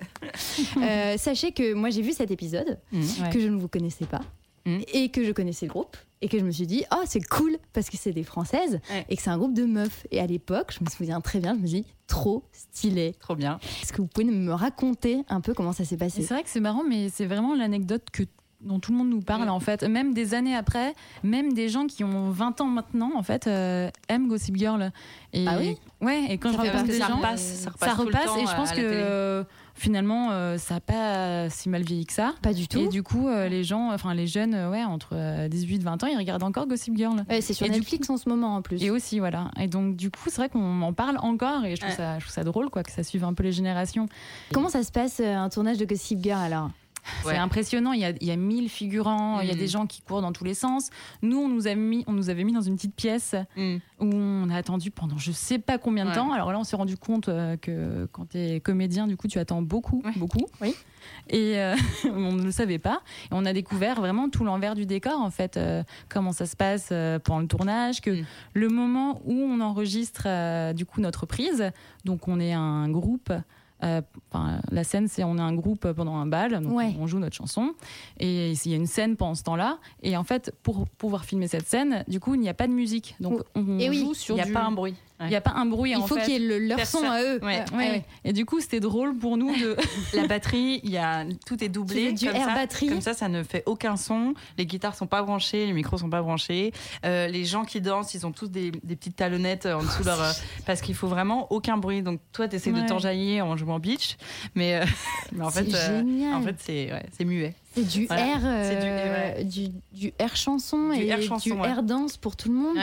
Euh, sachez que moi, j'ai vu cet épisode, Mm, Mhm. Ouais. que je ne vous connaissais pas et que je connaissais le groupe. Et que je me suis dit, oh, c'est cool parce que c'est des Françaises et que c'est un groupe de meufs. Et à l'époque, je me souviens très bien, je me suis dit, trop stylé. Trop bien. Est-ce que vous pouvez me raconter un peu comment ça s'est passé Et C'est vrai que c'est marrant, mais c'est vraiment l'anecdote que dont tout le monde nous parle en fait, même des années après, même des gens qui ont 20 ans maintenant en fait euh, aiment Gossip Girl. Et, Ah oui Ouais. Et quand Ça je fait rencontre parce que des ça gens, repasse, ça repasse tout le repasse, temps et je à pense la que télé. euh, finalement euh, ça n'a pas si mal vieilli que ça. Pas du tout. Et du coup euh, les gens, enfin les jeunes, euh, ouais entre euh, 18 et 20 ans, ils regardent encore Gossip Girl. c'est sur Et du Netflix en ce moment en plus. et aussi, voilà. Et donc, du coup, c'est vrai qu'on en parle encore et je trouve, ça, je trouve ça drôle, quoi, que ça suive un peu les générations. Comment ça se passe euh, un tournage de Gossip Girl alors C'est impressionnant, il y a, il y a 1000 figurants, il y a Mm. des gens qui courent dans tous les sens. Nous, on nous, a mis, on nous avait mis dans une petite pièce Mm. où on a attendu pendant je sais pas combien de Ouais. temps. Alors là, on s'est rendu compte euh, que quand tu es comédien, du coup, tu attends beaucoup, beaucoup. Et euh, on ne le savait pas. Et on a découvert vraiment tout l'envers du décor, en fait, euh, comment ça se passe euh, pendant le tournage, que le moment où on enregistre, euh, du coup, notre prise, donc on est un groupe. euh, enfin, la scène, c'est on est un groupe pendant un bal, donc Ouais. on joue notre chanson, et il y a une scène pendant ce temps-là. Et en fait, pour pouvoir filmer cette scène, du coup, il n'y a pas de musique, donc on Et oui, joue sur il y a du- pas un bruit. Il n'y a pas un bruit. Il en faut fait. Ah qu'il y ait le- leur Personne. son à eux. Ouais. Ouais. Ouais. Et du coup, c'était drôle pour nous de la batterie, il y a tout est doublé. Du comme air ça, batterie. Comme ça, ça ne fait aucun son. Les guitares sont pas branchées, les micros sont pas branchés. Euh, les gens qui dansent, ils ont tous des, des petites talonnettes euh, en dessous de leur euh, parce qu'il faut vraiment aucun bruit. Donc toi, t'essaies Ouais. de t'enjailler en jouant beach, mais, euh, mais en fait, C'est génial. en fait, c'est ouais, c'est muet. C'est du Voilà. air, C'est du- euh, du, du air chanson Du et air chanson, du ouais. air danse pour tout le monde.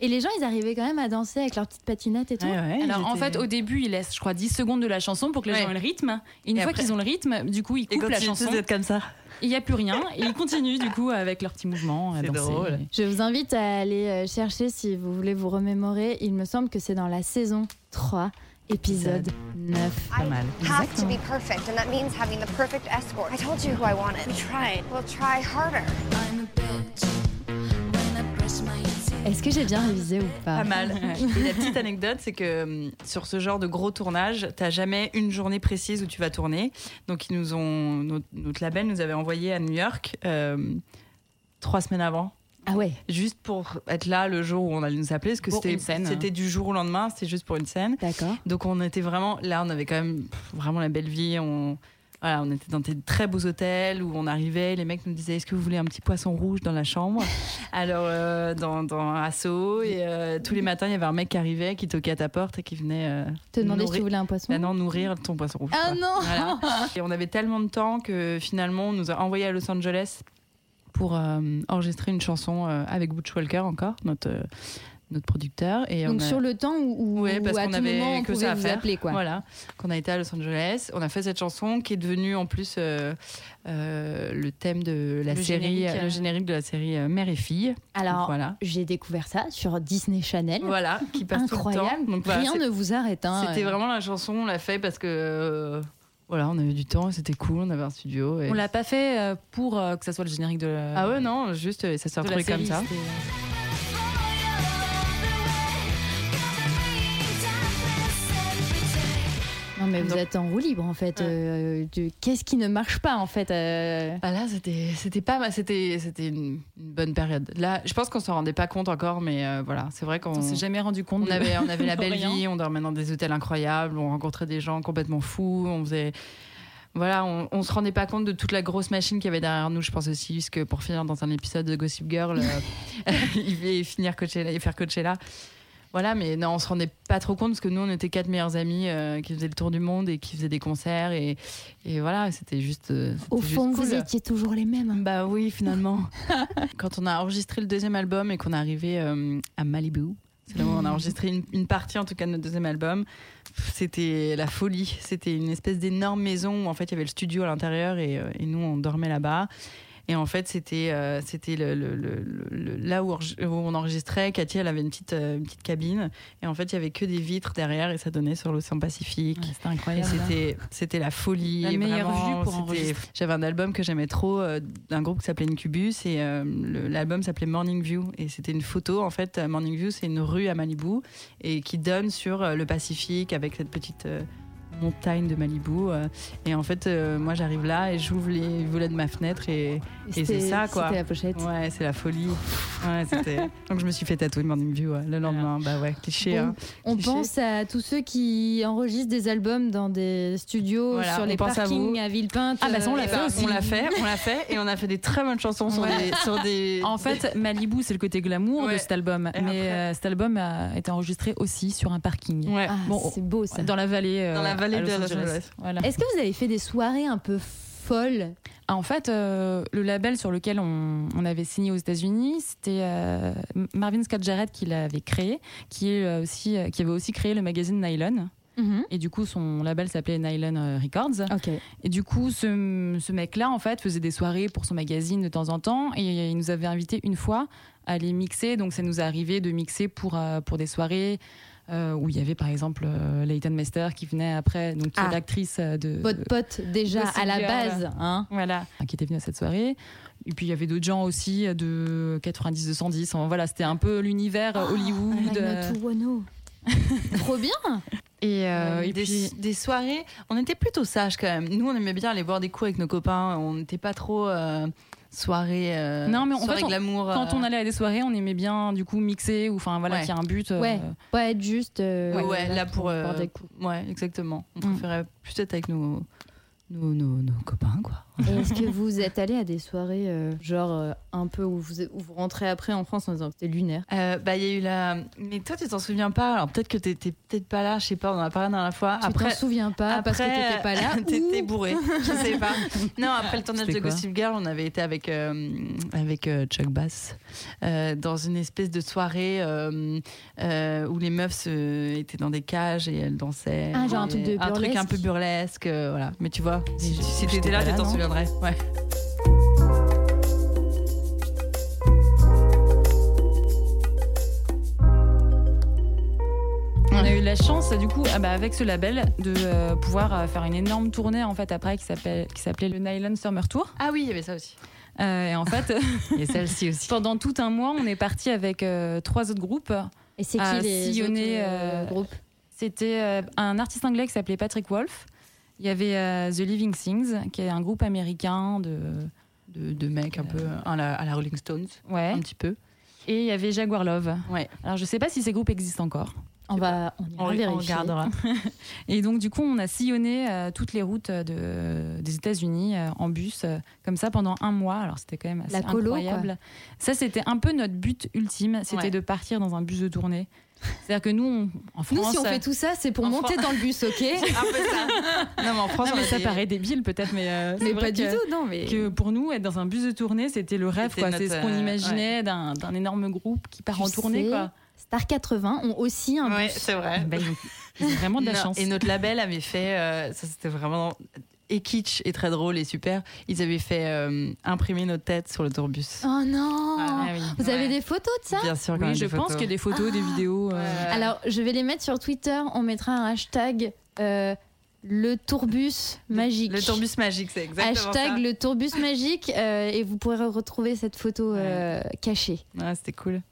Et les gens, ils arrivaient quand même à danser avec leurs petites patinettes et tout. Alors en fait, au début, ils laissent, je crois, 10 secondes de la chanson pour que les Ouais. gens aient le rythme. Et une Et fois après- qu'ils ont le rythme, du coup, ils Et coupent quand la tu chanson. es comme ça. Il n'y a plus rien. Et ils continuent, du coup, avec leurs petits mouvements. à C'est danser. drôle. Je vous invite à aller euh, chercher si vous voulez vous remémorer. Il me semble que c'est dans la saison 3, épisode 9. Pas mal. Have to be perfect, and that means having the perfect escort. I told you who I wanted. We tried. We'll try harder. Est-ce que j'ai bien révisé ou pas Ah. Pas mal. Et la petite anecdote, c'est que hum, sur ce genre de gros tournage, t'as jamais une journée précise où tu vas tourner. Donc ils nous ont, notre, notre label nous avait envoyé à New York euh, trois semaines avant. Ah ouais. Juste pour être là le jour où on allait nous appeler, parce que Pour c'était une scène. c'était du jour au lendemain, c'était juste pour une scène. D'accord. Donc on était vraiment là, on avait quand même pff, vraiment la belle vie. On voilà, on était dans des très beaux hôtels où on arrivait, les mecs nous disaient est-ce que vous voulez un petit poisson rouge dans la chambre Alors euh, dans dans Asso et euh, tous les matins il y avait un mec qui arrivait, qui toquait à ta porte et qui venait euh, Te demander si nourrir- tu voulais un poisson. bah non, nourrir ton poisson rouge. Ah quoi. non Voilà. Et on avait tellement de temps que finalement on nous a envoyés à Los Angeles pour euh, enregistrer une chanson euh, avec Butch Walker encore, notre euh, notre producteur. Et Donc on a- sur le temps où, où- Ouais, où parce à qu'on tout avait moment on que pouvait ça à vous faire. appeler quoi. Voilà, qu'on a été à Los Angeles, on a fait cette chanson qui est devenue en plus euh, euh, le thème de la Le série, générique, euh. le générique de la série euh, Mère et Fille. Alors, Donc voilà. j'ai découvert ça sur Disney Channel. Voilà, qui passe tout le temps. Incroyable. Donc voilà, Rien c'est- ne vous arrête. hein. C'était vraiment la chanson, on l'a fait parce que euh, voilà, on avait du temps, c'était cool, on avait un studio. et- On l'a pas fait euh, pour euh, que ça soit le générique de. la- Ah ouais, non, juste euh, ça s'est de la retrouvé comme série, ça. c'était- Non, mais vous êtes en roue libre en fait. euh, de- Qu'est-ce qui ne marche pas en fait euh, Ah là, c'était c'était pas mal, c'était c'était une, une bonne période. Là, je pense qu'on s'en rendait pas compte encore, mais euh, voilà, c'est vrai qu'on On s'est jamais rendu compte. On de- avait, on avait la belle rien. vie, on dormait dans des hôtels incroyables, on rencontrait des gens complètement fous, on faisait. Voilà, on, on se rendait pas compte de toute la grosse machine qu'il y avait derrière nous. Je pense aussi, puisque pour finir dans un épisode de Gossip Girl, euh, il va finir Coachella et faire Coachella. Voilà, mais non, on se rendait pas trop compte parce que nous, on était quatre meilleurs amis euh, qui faisaient le tour du monde et qui faisaient des concerts. Et, et voilà, c'était juste. euh, c'était Au juste fond, cool. vous étiez toujours les mêmes. hein. Bah oui, finalement. Quand on a enregistré le deuxième album et qu'on est arrivé euh, à Malibu, c'est là où on a enregistré une, une partie en tout cas de notre deuxième album, pff, c'était la folie. C'était une espèce d'énorme maison où en fait il y avait le studio à l'intérieur et, euh, et nous on dormait là-bas. Et en fait, c'était euh, c'était le, le- le- le- là où, orge- où on enregistrait. Cathy, elle avait une petite, euh, une petite cabine. Et en fait, il y avait que des vitres derrière et ça donnait sur l'océan Pacifique. c'était incroyable. Et c'était- C'était la folie. La meilleure vraiment, vue pour c'était- enregistrer. J'avais un album que j'aimais trop euh, d'un groupe qui s'appelait Incubus et euh, le- l'album s'appelait Morning View. Et c'était une photo. En fait, euh, Morning View, c'est une rue à Malibu et qui donne sur euh, le Pacifique avec cette petite. euh, montagne de Malibu euh, et en fait euh, moi j'arrive là et j'ouvre les volets de ma fenêtre et, et c'est c'était- ça quoi c'était la pochette. ouais c'est la folie ouais, c'était- donc je me suis fait tatouer Morning View ouais, le lendemain bah ouais Bon, cliché hein. On Cliché. pense à tous ceux qui enregistrent des albums dans des studios, Voilà, sur on les pense à vous. parkings à, Villepinte. Ah bah ça on euh, l'a et fait ben, aussi. On l'a fait, on l'a fait et on a fait des très bonnes chansons sur, Ouais. des, sur des. En fait, Malibu, c'est le côté glamour de cet album. mais euh, cet album a été enregistré aussi sur un parking. Ouais. Ah, c'est beau ça. Dans la vallée. euh, Dans la vallée à de Los Los Angeles. Angeles. Voilà. Est-ce que vous avez fait des soirées un peu folles Ah, En fait, euh, le label sur lequel on, on avait signé aux États-Unis, c'était euh, M- Marvin Scott Jarrett qui l'avait créé, qui, est euh, aussi, euh, qui avait aussi créé le magazine Nylon. Mhm. Et du coup, son label s'appelait Nylon euh, Records. Et du coup, ce, ce mec-là, en fait, faisait des soirées pour son magazine de temps en temps. Et il nous avait invités une fois à les mixer. Donc, ça nous arrivait de mixer pour, euh, pour des soirées euh, où il y avait, par exemple, euh, Leighton Mester qui venait après, donc qui est Ah. l'actrice euh, de... Votre pote déjà bah, de à la Sylvia, base, là. hein. Voilà, qui était venu à cette soirée. Et puis il y avait d'autres gens aussi euh, de 90 210. Enfin, Voilà, c'était un peu l'univers Oh, euh, Hollywood. euh, Trop bien. Et, euh, des, des soirées, on était plutôt sages quand même. Nous, on aimait bien aller boire des coups avec nos copains. On n'était pas trop euh, soirée. euh, non mais en soirée fait, on- glamour. quand euh, on allait à des soirées, on aimait bien du coup mixer ou enfin voilà, Ouais. qu'il y a un but. euh, Ouais, pas être juste. euh, ouais, ouais, là pour. Mm. euh, boire des coups. Ouais, exactement. On préférait plus être avec nos, nos, nos, nos copains, quoi. Et Est-ce que vous êtes allé à des soirées euh, genre euh, un peu où vous, où vous rentrez après en France en disant c'était lunaire Euh, bah, il y a eu la. Mais toi, tu t'en souviens pas. Alors, peut-être que t'étais peut-être pas là, je sais pas, on en a parlé la dernière fois. Tu t'en souviens pas Ah, parce que t'étais pas là, t'étais ou- bourré, je sais pas. Non, après le tournage de C'était quoi Gossip Girl, on avait été avec, euh, avec euh, Chuck Bass euh, dans une espèce de soirée euh, euh, où les meufs se- étaient dans des cages et elles dansaient. Ah, genre un truc Et- de Un truc un peu burlesque. burlesque, euh, voilà. Mais tu vois, si, tu- si j'étais t'étais là, pas tu là, t'en non souviendrais. Ouais. On a eu la chance, du coup, ah bah, avec ce label, de euh, pouvoir euh, faire une énorme tournée en fait après qui s'appelle- qui s'appelait le Nylon Summer Tour. Ah oui, il y avait ça aussi. Euh, et en fait, et celle-ci aussi. Pendant tout un mois, on est parti avec euh, trois autres groupes. Et c'est qui à les sillonner, autres, euh, euh, C'était euh, un artiste anglais qui s'appelait Patrick Wolf. Il y avait euh, The Living Things, qui est un groupe américain de de, de mecs un peu à la, à la Rolling Stones, ouais. un petit peu. Et il y avait Jaguar Love. Ouais. Alors je sais pas si ces groupes existent encore. On va on On- ira on vérifier. regardera. Et donc du coup, on a sillonné euh, toutes les routes de, des États-Unis euh, en bus, euh, comme ça pendant un mois. Alors c'était quand même assez La colo, incroyable. quoi. Ça, c'était un peu notre but ultime, c'était Ouais. de partir dans un bus de tournée. C'est-à-dire que nous, on- en France, Nous si on fait tout ça c'est pour en monter Fran- dans le bus, ok Ah, Non, mais en France, Non, on mais a ça des- paraît débile peut-être, mais, euh, Mais c'est pas vrai du que- tout, non, mais- que pour nous, être dans un bus de tournée, c'était le rêve, C'était quoi. C'est notre, ce qu'on euh, imaginait d'un, d'un énorme groupe qui part Tu en tournée, sais, quoi. Star 80 ont aussi un Ouais, bus. c'est vrai. Bah, ils, ont, ils ont vraiment de la Non, chance. Et notre label avait fait, euh, ça c'était vraiment et kitsch et très drôle et super. Ils avaient fait euh, imprimer nos têtes sur le tourbus. Oh non Ah oui. Vous avez des photos de ça Bien sûr, quand Oui, même, je des pense photos. qu'il y a des photos, des vidéos. euh, Alors, je vais les mettre sur Twitter. On mettra un hashtag euh, le tourbus magique. Le tourbus magique, c'est exactement Hashtag ça. le tourbus magique euh, et vous pourrez retrouver cette photo euh, cachée. Ouais, c'était cool.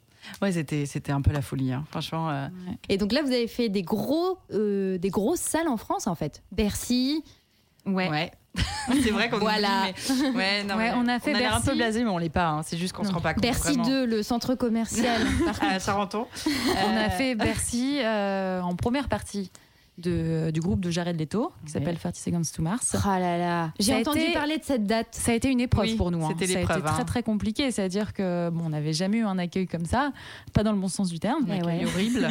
Ouais, c'était c'était un peu la folie, hein. franchement. euh, Et donc là, vous avez fait des gros, euh, des grosses salles en France en fait. Bercy. Ouais. c'est vrai qu'on Voilà. oublie, mais- Ouais, non, Ouais, mais on a fait On a l'air un peu Bercy. blasé, mais on l'est pas. hein. C'est juste qu'on se rend pas compte. Bercy 2, le centre commercial. par à Charenton. On a fait Bercy euh, en première partie de, du groupe de Jared Leto, qui s'appelle 30 Seconds to Mars. Ah là là. J'ai Ça a entendu été- parler de cette date. Ça a été une épreuve Oui, pour nous. hein. c'était Ça a été l'épreuve, hein. très très compliqué. C'est-à-dire que bon, on n'avait jamais eu un accueil comme ça, pas dans le bon sens du terme. Un accueil horrible.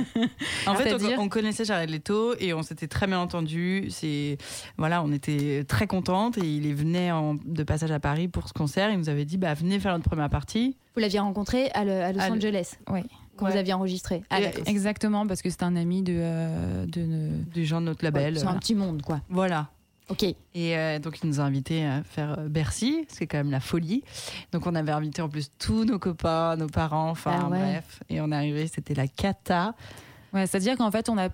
En fait, C'est-à-dire on, on connaissait Jared Leto et on s'était très bien entendu. C'est voilà, on était très contentes et il est venait en- de passage à Paris pour ce concert. Il nous avait dit bah venez faire notre première partie. Vous l'aviez rencontré à, le- à Los À le- Angeles Oui, quand vous aviez enregistré. Ah, d'accord. exactement, parce que c'est un ami de, euh, de, Des gens de notre label. C'est un voilà. petit monde quoi. Voilà. Ok. Bah, Et euh, donc, il nous a invités à faire euh, Bercy, c'est quand même la folie. Donc, on avait invité en plus tous nos copains, nos parents, enfin, Ah ouais. bref. Et on est arrivé, c'était la cata. Ouais, c'est-à-dire qu'en fait, on a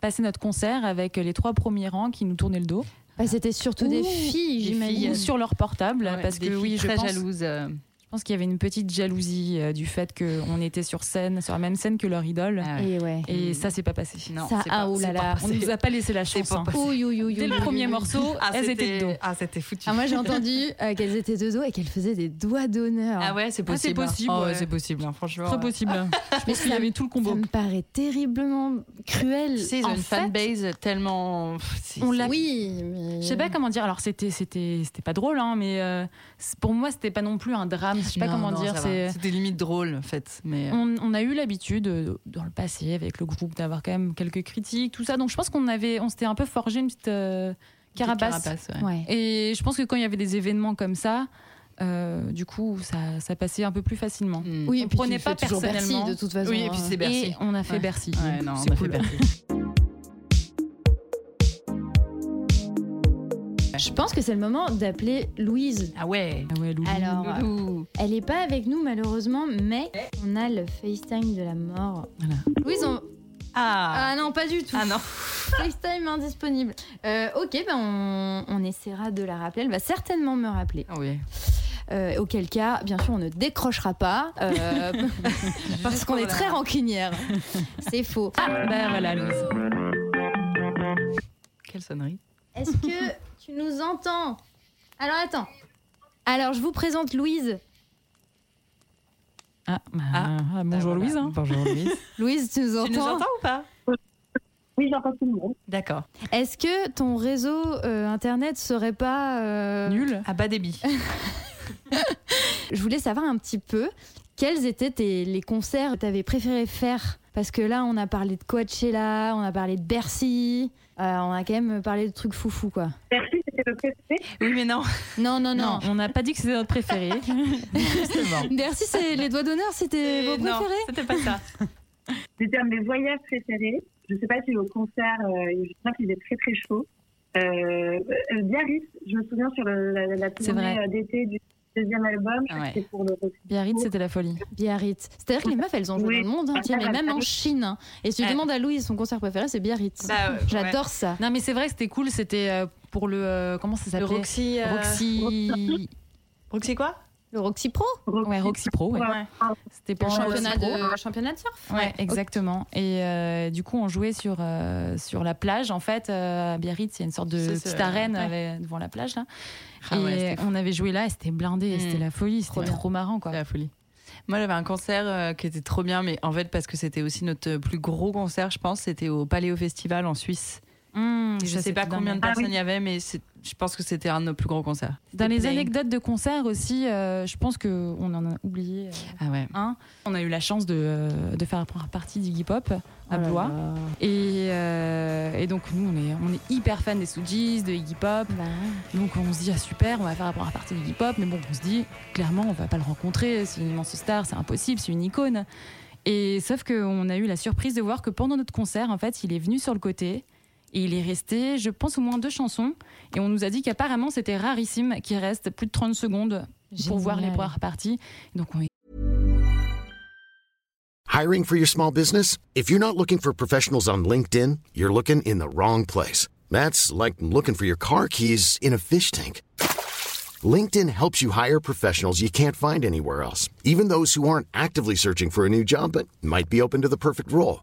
passé notre concert avec les trois premiers rangs qui nous tournaient le dos. C'était surtout Ouh, des filles, des j'imagine. filles sur leur portable, Ouais, parce des que oui, filles je très pense, jalouses, euh. Je pense qu'il y avait une petite jalousie euh, du fait qu'on était sur scène, sur la même scène que leur idole. ouais. Et ouais. Et ça, c'est pas passé. Ça, c'est ah, pas- oh là c'est pas là. passé. on nous a pas laissé la chance. hein. Ouh, ouh, ouh, Dès ouh, le ouh, premier ouh, morceau, ouh. elles étaient dedans. Ah, c'était foutu. Ah, moi j'ai entendu euh, qu'elles étaient deux dos et qu'elles faisaient des doigts d'honneur. Ah ouais, c'est possible. Oh, c'est possible, hein, franchement. Très ouais. possible. Mais qu'il y ça- avait tout le combo. Ça me paraît terriblement cruel. Tu sais, ils ont En une fait, fanbase tellement. Pff, si, On si. l'a. Oui, mais. Je sais pas comment dire. Alors c'était c'était c'était pas drôle, hein, mais euh, c'est- pour moi c'était pas non plus un drame. Je sais pas Non, comment non, dire. ça va. C'est euh, Mm, C'était limite drôle, en fait. Mais... euh, on, on a eu l'habitude euh, dans le passé avec le groupe d'avoir quand même quelques critiques, tout ça. Donc je pense qu'on avait, on s'était un peu forgé une petite euh, carapace. carapace, ouais. Ouais. Et je pense que quand il y avait des événements comme ça, euh, du coup, ça, ça passait un peu plus facilement. Mm. Oui, et puis on tu prenait fais pas toujours Bercy, personnellement. de toute façon, Oui, et puis c'est hein. Bercy. Et on a fait Bercy. Ouais, non, Mm. C'est on a cool. fait Bercy. Je pense que c'est le moment d'appeler Louise. Ah ouais. Alors, Ah, euh, elle n'est pas avec nous malheureusement, mais on a le FaceTime de la mort. Louise, on... Ah. Ah non, pas du tout. Ah non. FaceTime indisponible. Euh, ok, ben on, on essaiera de la rappeler. Elle va certainement me rappeler. Oui. Euh, auquel cas, bien sûr, on ne décrochera pas euh, parce qu'on est très rancunière. C'est faux. Ah, ben voilà, Louise. Quelle sonnerie. Est-ce que tu nous entends Alors attends. Alors je vous présente Louise. Ah, bah, ah, bonjour Louise. Bonjour Louise. Louise, tu nous entends Tu nous entends ou pas Oui, j'entends tout le monde. D'accord. Est-ce que ton réseau euh, internet serait pas euh, nul À Ah, bas débit. Je voulais savoir un petit peu quels étaient tes- les concerts que tu avais préféré faire parce que là on a parlé de Coachella, on a parlé de Bercy, euh, on a quand même parlé de trucs foufou quoi. Merci, c'était le préféré. Oui, mais non. Non non non. Non, on n'a pas dit que c'était notre préféré. Bercy c'est les doigts d'honneur, c'était vos Euh, non, préférés C'était pas ça. C'était un de mes voyages préférés. Je ne sais pas si au concert, euh, je crois qu'il était très très chaud. Euh, euh, Biarritz, je me souviens sur le- la, la, la C'est tournée vrai. euh, d'été du deuxième album, Ah ouais. c'était pour le Biarritz, c'était la folie. Biarritz. C'est-à-dire que les meufs, elles ont joué Oui. dans le monde entier, mais même en Chine. hein. Et si tu Ouais. demandes à Louise son concert préféré, c'est Biarritz. Bah, ouais. J'adore ça. Non, mais c'est vrai que c'était cool. C'était euh, pour le. euh, comment ça Le s'appelait Roxy. euh, Roxy. Roxy quoi Le Roxy Pro Ouais, Roxy Pro, ouais. C'était pour Le le championnat Oh, Roxy Pro. de, championnat de surf Ouais, exactement. Et euh, du coup, on jouait sur, euh, sur la plage. En fait, euh, à Biarritz, il y a une sorte de C'est ça, petite ouais. arène Ouais. avec- devant la plage. Là. Ah et ouais, c'était on avait joué là et c'était blindé. et Mm. C'était la folie. C'était bien. trop, marrant. quoi. la folie. Moi, j'avais un concert euh, qui était trop bien, mais en fait, parce que c'était aussi notre plus gros concert, je pense, c'était au Paléo Festival en Suisse. Mm, Et je ça, sais pas c'était combien de dingue. Ah personnes il y avait, mais c'est- je pense que c'était un de nos plus gros concerts. Dans les C'était plein. anecdotes de concerts aussi, euh, je pense qu'on en a oublié euh, Ah ouais. un. On a eu la chance de, euh, de faire partie d'Iggy Pop à Blois. Et, euh, et donc, nous, on est, on est hyper fan des Sujis, de Iggy Pop. Donc on se dit ah super, on va faire la première partie de hip hop, mais bon on se dit clairement on va pas le rencontrer, c'est une immense star, c'est impossible, c'est une icône. Et sauf qu'on a eu la surprise de voir que pendant notre concert en fait il est venu sur le côté et il est resté, je pense au moins deux chansons et on nous a dit qu'apparemment c'était rarissime qu'il reste plus de 30 secondes pour Génial. voir les premières parties. Donc on est Hiring for your small business? If you're not looking for professionals on LinkedIn, you're looking in the wrong place. That's like looking for your car keys in a fish tank. LinkedIn helps you hire professionals you can't find anywhere else, even those who aren't actively searching for a new job but might be open to the perfect role.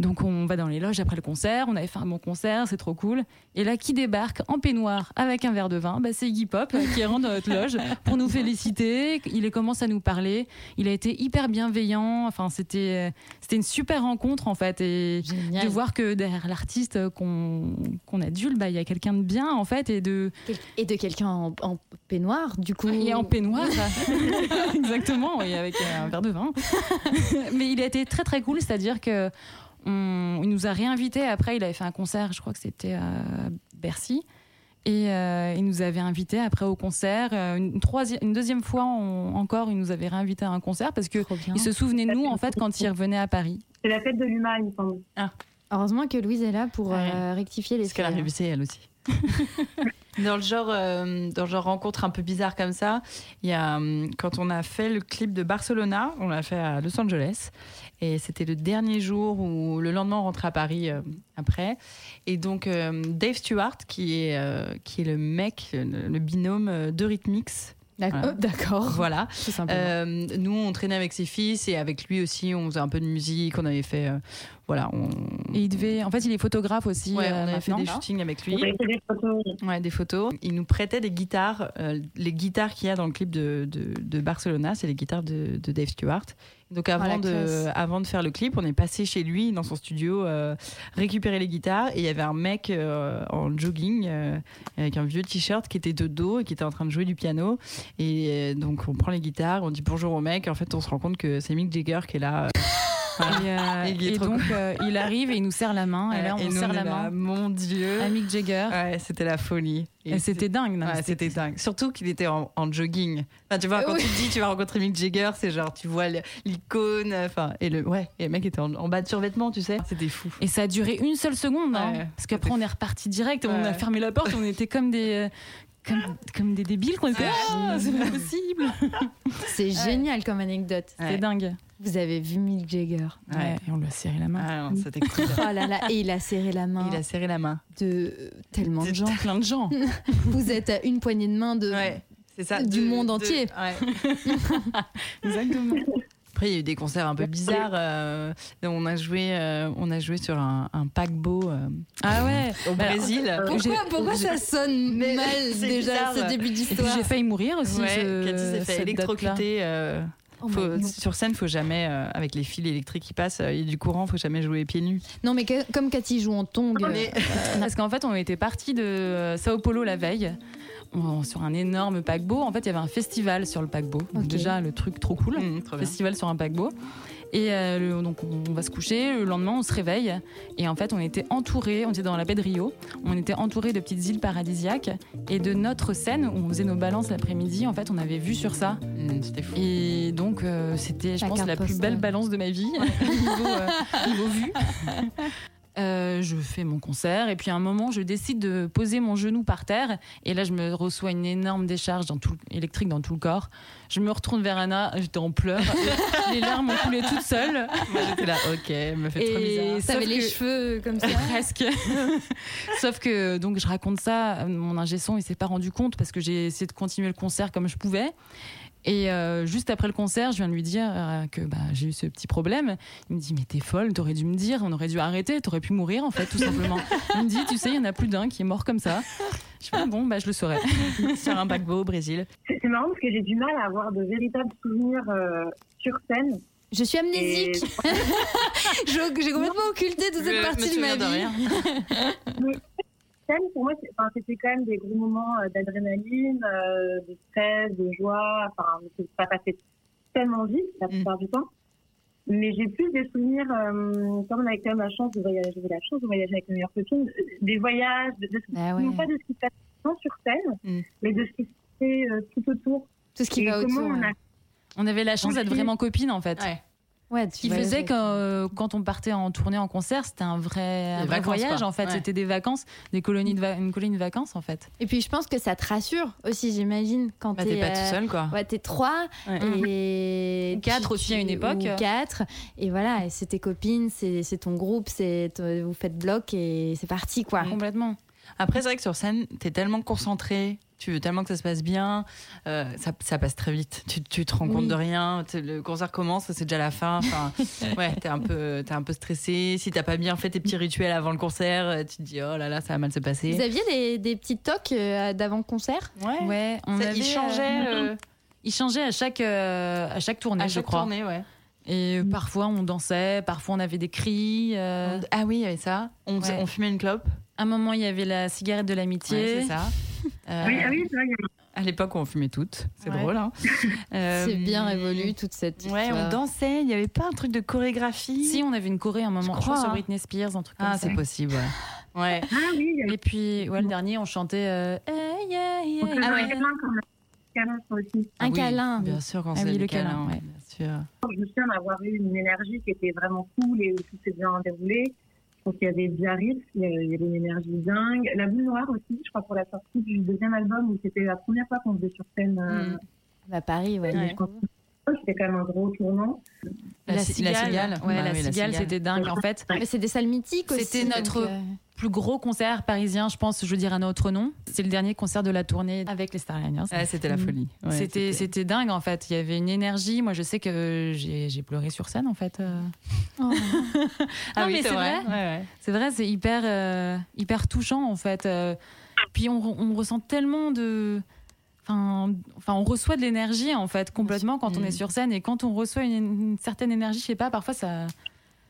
donc on va dans les loges après le concert, on avait fait un bon concert, c'est trop cool. Et là qui débarque en peignoir avec un verre de vin, bah, c'est Iggy Pop qui rentre dans notre loge pour nous féliciter, il commence à nous parler, il a été hyper bienveillant, enfin c'était euh, c'était une super rencontre en fait et de voir que derrière l'artiste euh, qu'on qu'on adulte, bah il y a quelqu'un de bien en fait et de Quel- Et de quelqu'un en, en peignoir, du coup. et en peignoir. Exactement, et avec euh, un verre de vin. Mais il a été très très cool, c'est-à-dire que on- il nous a réinvités. Après, il avait fait un concert, je crois que c'était à Bercy. Et euh, il nous avait invités après au concert. Euh, Une, troisi- une deuxième fois en- encore, il nous avait réinvités à un concert parce Ah. qu'il se souvenait de nous, en fait, quand il revenait à Paris. C'est la fête de l'humain, il me semble. Heureusement que Louise est là pour euh, rectifier les Parce qu'elle a révisé, elle aussi. dans le genre euh, dans le genre rencontre un peu bizarre comme ça il y a hum, quand on a fait le clip de Barcelona on l'a fait à Los Angeles et c'était le dernier jour où le lendemain on rentre à Paris euh, après et donc euh, Dave Stewart qui est euh, qui est le mec le, le binôme euh, de Rhythmix D'accord. Voilà. Oh, d'accord. Voilà. Tout simplement. Euh, nous, on traînait avec ses fils et avec lui aussi, on faisait un peu de musique. On avait fait, euh, voilà, on, Et il devait, en fait, il est photographe aussi. Ouais, euh, on avait fait maintenant. des shootings avec lui. On avait fait des photos. Ouais, des photos. Il nous prêtait des guitares. euh, les guitares qu'il y a dans le clip de, de, de Barcelona, c'est les guitares de, de Dave Stewart. Donc Ah, la avant, de, classe. avant de faire le clip, on est passé chez lui, dans son studio, euh, récupérer les guitares. Et il y avait un mec euh, en jogging, euh, avec un vieux t-shirt, qui était de dos et qui était en train de jouer du piano. Et euh, donc on prend les guitares, on dit bonjour au mec. Et en fait, on se rend compte que c'est Mick Jagger qui est là. Voilà. Et, euh, Et il est et trop donc, cool. euh, il arrive et il nous serre la main. Et Ouais, là, on et nous, serre on la est là, main. Ah, Mon Dieu. À Mick Jagger. Ouais, c'était la folie. Euh, Et c'était dingue. non, Ouais, mais c'était dingue. Surtout qu'il était en, en jogging. Enfin, tu vois, quand Oui. tu te dis tu vas rencontrer Mick Jagger, c'est genre tu vois le- l'icône. Enfin, et le ouais, et le mec était en, en bas de survêtement, tu sais. C'était fou. Et ça a duré une seule seconde. hein. Ouais. parce qu'après, on est reparti direct. On Ouais. a fermé la porte. On était comme des, euh, comme, comme des débiles. Quoi. On était, Ah, c'est pas possible. C'est génial comme anecdote. C'était dingue. Vous avez vu Mick Jagger. Ouais. Et on lui a serré la main. c'était cool. Oh là là, et il a serré la main. Il a serré la main. de tellement de gens. Plein de gens. Ah. Vous êtes à une poignée de main de c'est ça, du de- monde de- entier. Exactement. Après, il y a eu des concerts un peu bizarres. euh, on a joué, euh, on a joué sur un, un paquebot. euh, Ah ouais. Au Brésil. Pourquoi, J'ai- pourquoi ça sonne mal c'est déjà bizarre. ce début Et puis, d'histoire j'ai failli mourir aussi. Ouais, ce- Cathy s'est fait euh, cette électrocuter. date-là. euh, Oh faut- my God. sur scène, faut jamais, euh, avec les fils électriques qui passent, euh, il y a du courant, faut jamais jouer pieds nus. Non mais que- comme Cathy joue en tongs. euh, Parce qu'en fait, on était parti de euh, Sao Paulo la veille on- sur un énorme paquebot. En fait, il y avait un festival sur le paquebot. Donc Ok. Mm. Déjà, le truc trop cool. Mmh, trop bien. festival sur un paquebot. Et euh, le- donc, on va se coucher. Le lendemain, on se réveille. Et en fait, on était entourés. On était dans la baie de Rio. On était entourés de petites îles paradisiaques. Et de notre scène où on faisait nos balances l'après-midi, en fait, on avait vu sur ça. Mmh, C'était fou. Et donc, euh, c'était, je La pense, carte la plus postale. belle balance de ma vie, niveau, euh, niveau vue. Euh, je fais mon concert et puis à un moment, je décide de poser mon genou par terre et là, je me reçois une énorme décharge dans tout, le- électrique dans tout le corps. Je me retourne vers Anna, j'étais en pleurs, les larmes ont coulé toutes seules. Moi, j'étais là, Ah, ok, elle me fait trop bizarre. sauf T'avais les que- cheveux comme ça. Presque. Sauf que donc je raconte ça, euh, mon ingé son, il s'est pas rendu compte parce que j'ai essayé de continuer le concert comme je pouvais. Et euh, juste après le concert, je viens de lui dire euh, que bah, j'ai eu ce petit problème. Il me dit mais t'es folle, t'aurais dû me dire, on aurait dû arrêter, t'aurais pu mourir en fait tout simplement. il me dit tu sais il y en a plus d'un qui est mort comme ça. Je fais Ah bon bah je le saurais. Sur un paquebot au Brésil. C'est c'est marrant parce que j'ai du mal à avoir de véritables souvenirs euh, sur scène. Je suis amnésique. Je- J'ai complètement occulté toute cette partie Euh, de ma vie. Mais scène, pour moi, c'est- enfin, c'était quand même des gros moments euh, d'adrénaline, euh, de stress, de joie. Enfin, c'est- ça passait tellement vite Mm. la plupart du temps. Mais j'ai plus des souvenirs, euh, comme on avait quand même la chance de voyager, j'avais la chance de voyager avec le meilleur costume, euh, des voyages, de, de- Bah Ah non pas de ce qui se passe vraiment sur scène, mais de ce qui se fait euh, tout autour. Tout Mm. ce qui Et va comment autour, euh, on a- ouais. On avait la chance d'être vraiment copines en fait. Ouais, Ce qui faisait que euh, quand on partait en tournée en concert, c'était un vrai, un Des vrai vacances, voyage quoi. en fait. Ouais. C'était des vacances, des colonies de va- une colonie de vacances en fait. Et puis je pense que ça te rassure aussi, j'imagine, quand Bah, Ah, t'es t'es pas euh, tout seul, quoi. Ouais, t'es trois euh, et Ou quatre tu- aussi à une tu- époque. ou quatre et voilà, et c'est tes copines, c'est c'est ton groupe, c'est t- vous faites bloc et c'est parti quoi. Complètement. Après, c'est vrai que sur scène, t'es tellement concentré, tu veux tellement que ça se passe bien, euh, ça, ça passe très vite. Tu, tu te rends compte Oui. de rien, t'es- le concert commence, c'est déjà la fin. Enfin, ouais, t'es un peu, t'es un peu stressé. Si t'as pas bien fait tes petits rituels avant le concert, euh, tu te dis oh là là, ça va mal se passer. Vous aviez des, des petits tocs euh, d'avant concert Ouais. Ouais, on Ça, avait, il changeait, euh, euh, il changeait à chaque euh, à chaque tournée, À je chaque crois. tournée, ouais. Et euh, parfois on dansait, parfois on avait des cris. euh, Ah oui, il y avait ça. On, Ouais. on fumait une clope. À un moment, il y avait la cigarette de l'amitié. Ouais, c'est ça. Euh, Oui, ah oui, c'est vrai, il y a- À l'époque, on fumait toutes. C'est Ouais. drôle, hein C'est bien révolu, toute cette Ouais, histoire. on dansait. Il n'y avait pas un truc de chorégraphie Si, on avait une choré à un moment. Je crois, crois sur hein. Britney Spears, un truc Ah, comme ça. c'est Mm. possible, ouais. Ouais. ah Et puis, ouais, le dernier, on chantait. euh, Hey, yeah, yeah, On faisait ah yeah. un câlin quand même. Câlin, ça aussi. Un Ah oui, câlin. Bien sûr, quand Ah c'est oui, des le câlin, câlins, ouais. bien sûr. Je me souviens d'avoir eu une énergie qui était vraiment cool et où tout s'est bien déroulé. Je trouve qu'il y avait Biarritz, il y avait il y avait une énergie dingue. La boule noire aussi, je crois, pour la sortie du deuxième album, où c'était la première fois qu'on faisait sur scène. euh, À Paris, ouais. je crois que C'était quand même un gros tournant. La La ci- la cigale. cigale. Ouais, Bah la oui, cigale, la cigale. c'était dingue. En fait, Mais c'est des salles mythiques aussi. C'était donc, notre euh, plus gros concert parisien, je pense, je veux dire à notre nom. C'est le dernier concert de la tournée avec les Starliners. Ouais, Ah, c'était la Mm. folie. Ouais, c'était, c'était dingue en fait. Il y avait une énergie. Moi, je sais que j'ai, j'ai pleuré sur scène en fait. euh. oh. Ah Non, oui, mais c'est c'est vrai. vrai. Ouais, ouais. C'est vrai, c'est hyper, euh, hyper touchant en fait. Euh, puis on, re- on ressent tellement de. Enfin, enfin, on reçoit de l'énergie en fait complètement quand on est sur scène et quand on reçoit une, une certaine énergie, je sais pas, parfois ça,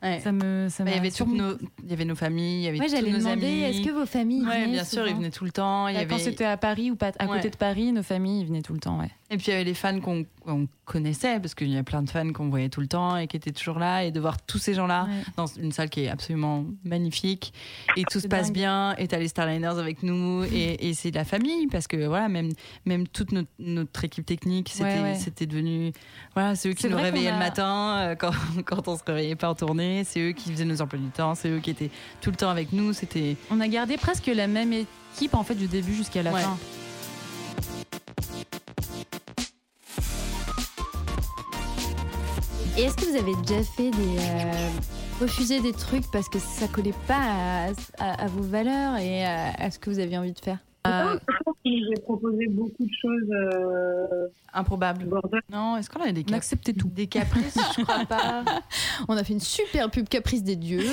ça me, ça Bah, il y m'a avait toutes surpris. nos, il y avait nos familles, il y avait Ouais, tous j'allais nos demander, amis. est-ce que vos familles Ouais, venaient bien sûr, ils souvent venaient tout le temps. Il y Bah, Quand avait- c'était à Paris ou pas, à Ouais. côté de Paris, nos familles ils venaient tout le temps, ouais. Et puis il y avait les fans qu'on qu'on connaissait, parce qu'il y a plein de fans qu'on voyait tout le temps et qui étaient toujours là, et de voir tous ces gens-là dans une salle qui est absolument magnifique, et tout se passe dingue. bien, et t'as les Starliners avec nous, et, et c'est de la famille, parce que voilà, même, même toute notre, notre équipe technique, c'était Ouais, ouais. c'était devenu. Voilà, c'est eux qui C'est nous vrai qu'on réveillaient le a- matin euh, quand, quand on se réveillait pas en tournée, c'est eux qui faisaient nos emplois du temps, c'est eux qui étaient tout le temps avec nous, c'était. On a gardé presque la même équipe en fait du début jusqu'à la Ouais. fin. Et est-ce que vous avez déjà fait des. euh, refusé des trucs parce que ça collait pas à, à- à vos valeurs et à, à ce que vous aviez envie de faire Je pense que j'ai proposé beaucoup de choses. euh, Improbable. Non, est-ce qu'on a des caprices acceptait tout. Des caprices, je crois pas. On a fait une super pub Caprice des Dieux.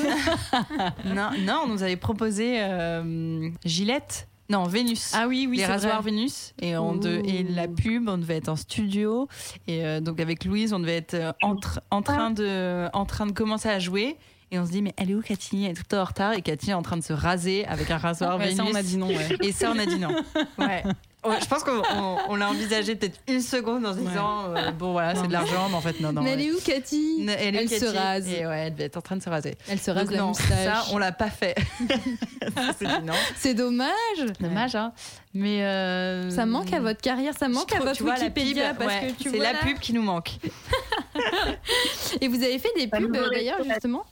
non, non, on nous avait proposé euh, Gillette. Non, Vénus. Ah oui, oui, Les c'est rasoirs vrai. Vénus. Et, on de- et la pub, on devait être en studio. Et euh, donc, avec Louise, on devait être euh, en, tr- en train de, en train de commencer à jouais. Et on se dit, mais elle est où Cathy Elle est tout le temps en retard. Et Cathy est en train de se raser avec un rasoir Ouais, Vénus. ça, on a dit non, ouais. Et ça, on a dit non. Ouais. Ouais, je pense qu'on on- on l'a envisagé peut-être une seconde en se disant, euh, bon voilà, c'est de l'argent, mais en fait, non, non. Mais elle ouais. est où, Cathy Ne- Elle, est Elle se Cathy. rase. Et ouais, elle devait être en train de se raser. Elle se rase Donc la non, moustache. Ça, on l'a pas fait. C'est dit non. C'est dommage. Dommage, hein. Mais euh, Ça hein, manque à votre carrière, ça manque je à trouve, votre tu vois, la Wikipédia. pub, parce ouais, que tu c'est vois la là- pub qui nous manque. Et vous avez fait des pubs euh, d'ailleurs, justement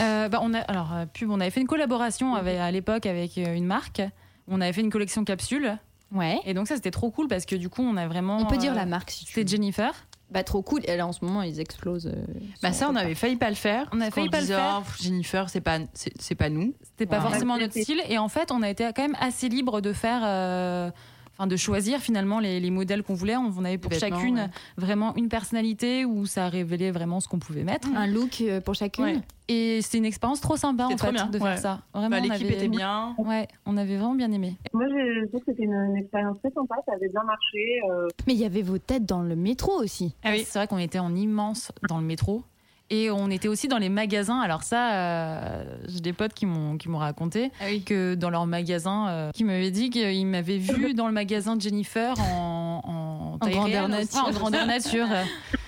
Euh, bah, on a, alors, euh, pub, on avait fait une collaboration avec, à l'époque avec euh, une marque. On avait fait une collection capsule. Ouais. Et donc, ça, c'était trop cool parce que du coup, on a vraiment. On peut euh, dire la marque si tu C'était Jennifer. Bah, trop cool. Et là, en ce moment, ils explosent. euh, Bah sur- ça, on avait failli pas le faire. On a Parce failli qu'on pas le disait, faire. Oh, pff, Jennifer, c'est pas, c'est c'est pas nous. C'était pas Wow. forcément notre style. Et en fait, on a été quand même assez libre de faire. euh, Enfin, de choisir finalement les, les modèles qu'on voulait. On on avait pour Vêtements, chacune ouais. Bah, vraiment une personnalité où ça révélait vraiment ce qu'on pouvait mettre. Un look euh, pour chacune. Ouais. Et c'était une expérience trop sympa C'était en trop fait bien, de faire ouais. ça. Vraiment, Bah, on l'équipe avait- était bien. Ouais, on avait vraiment bien aimé. Moi, je, je trouve que c'était une, une expérience très sympa, ça avait bien marché. euh, Mais il y avait vos têtes dans le métro aussi. C'est vrai qu'on était en immense dans le métro. Et on était aussi dans les magasins. Alors ça, euh, j'ai des potes qui m'ont qui m'ont raconté que dans leur magasin, euh, qui m'avaient dit qu'ils m'avaient vu dans le magasin de Jennifer en en, taille grandeur réelle, nature. en grandeur nature.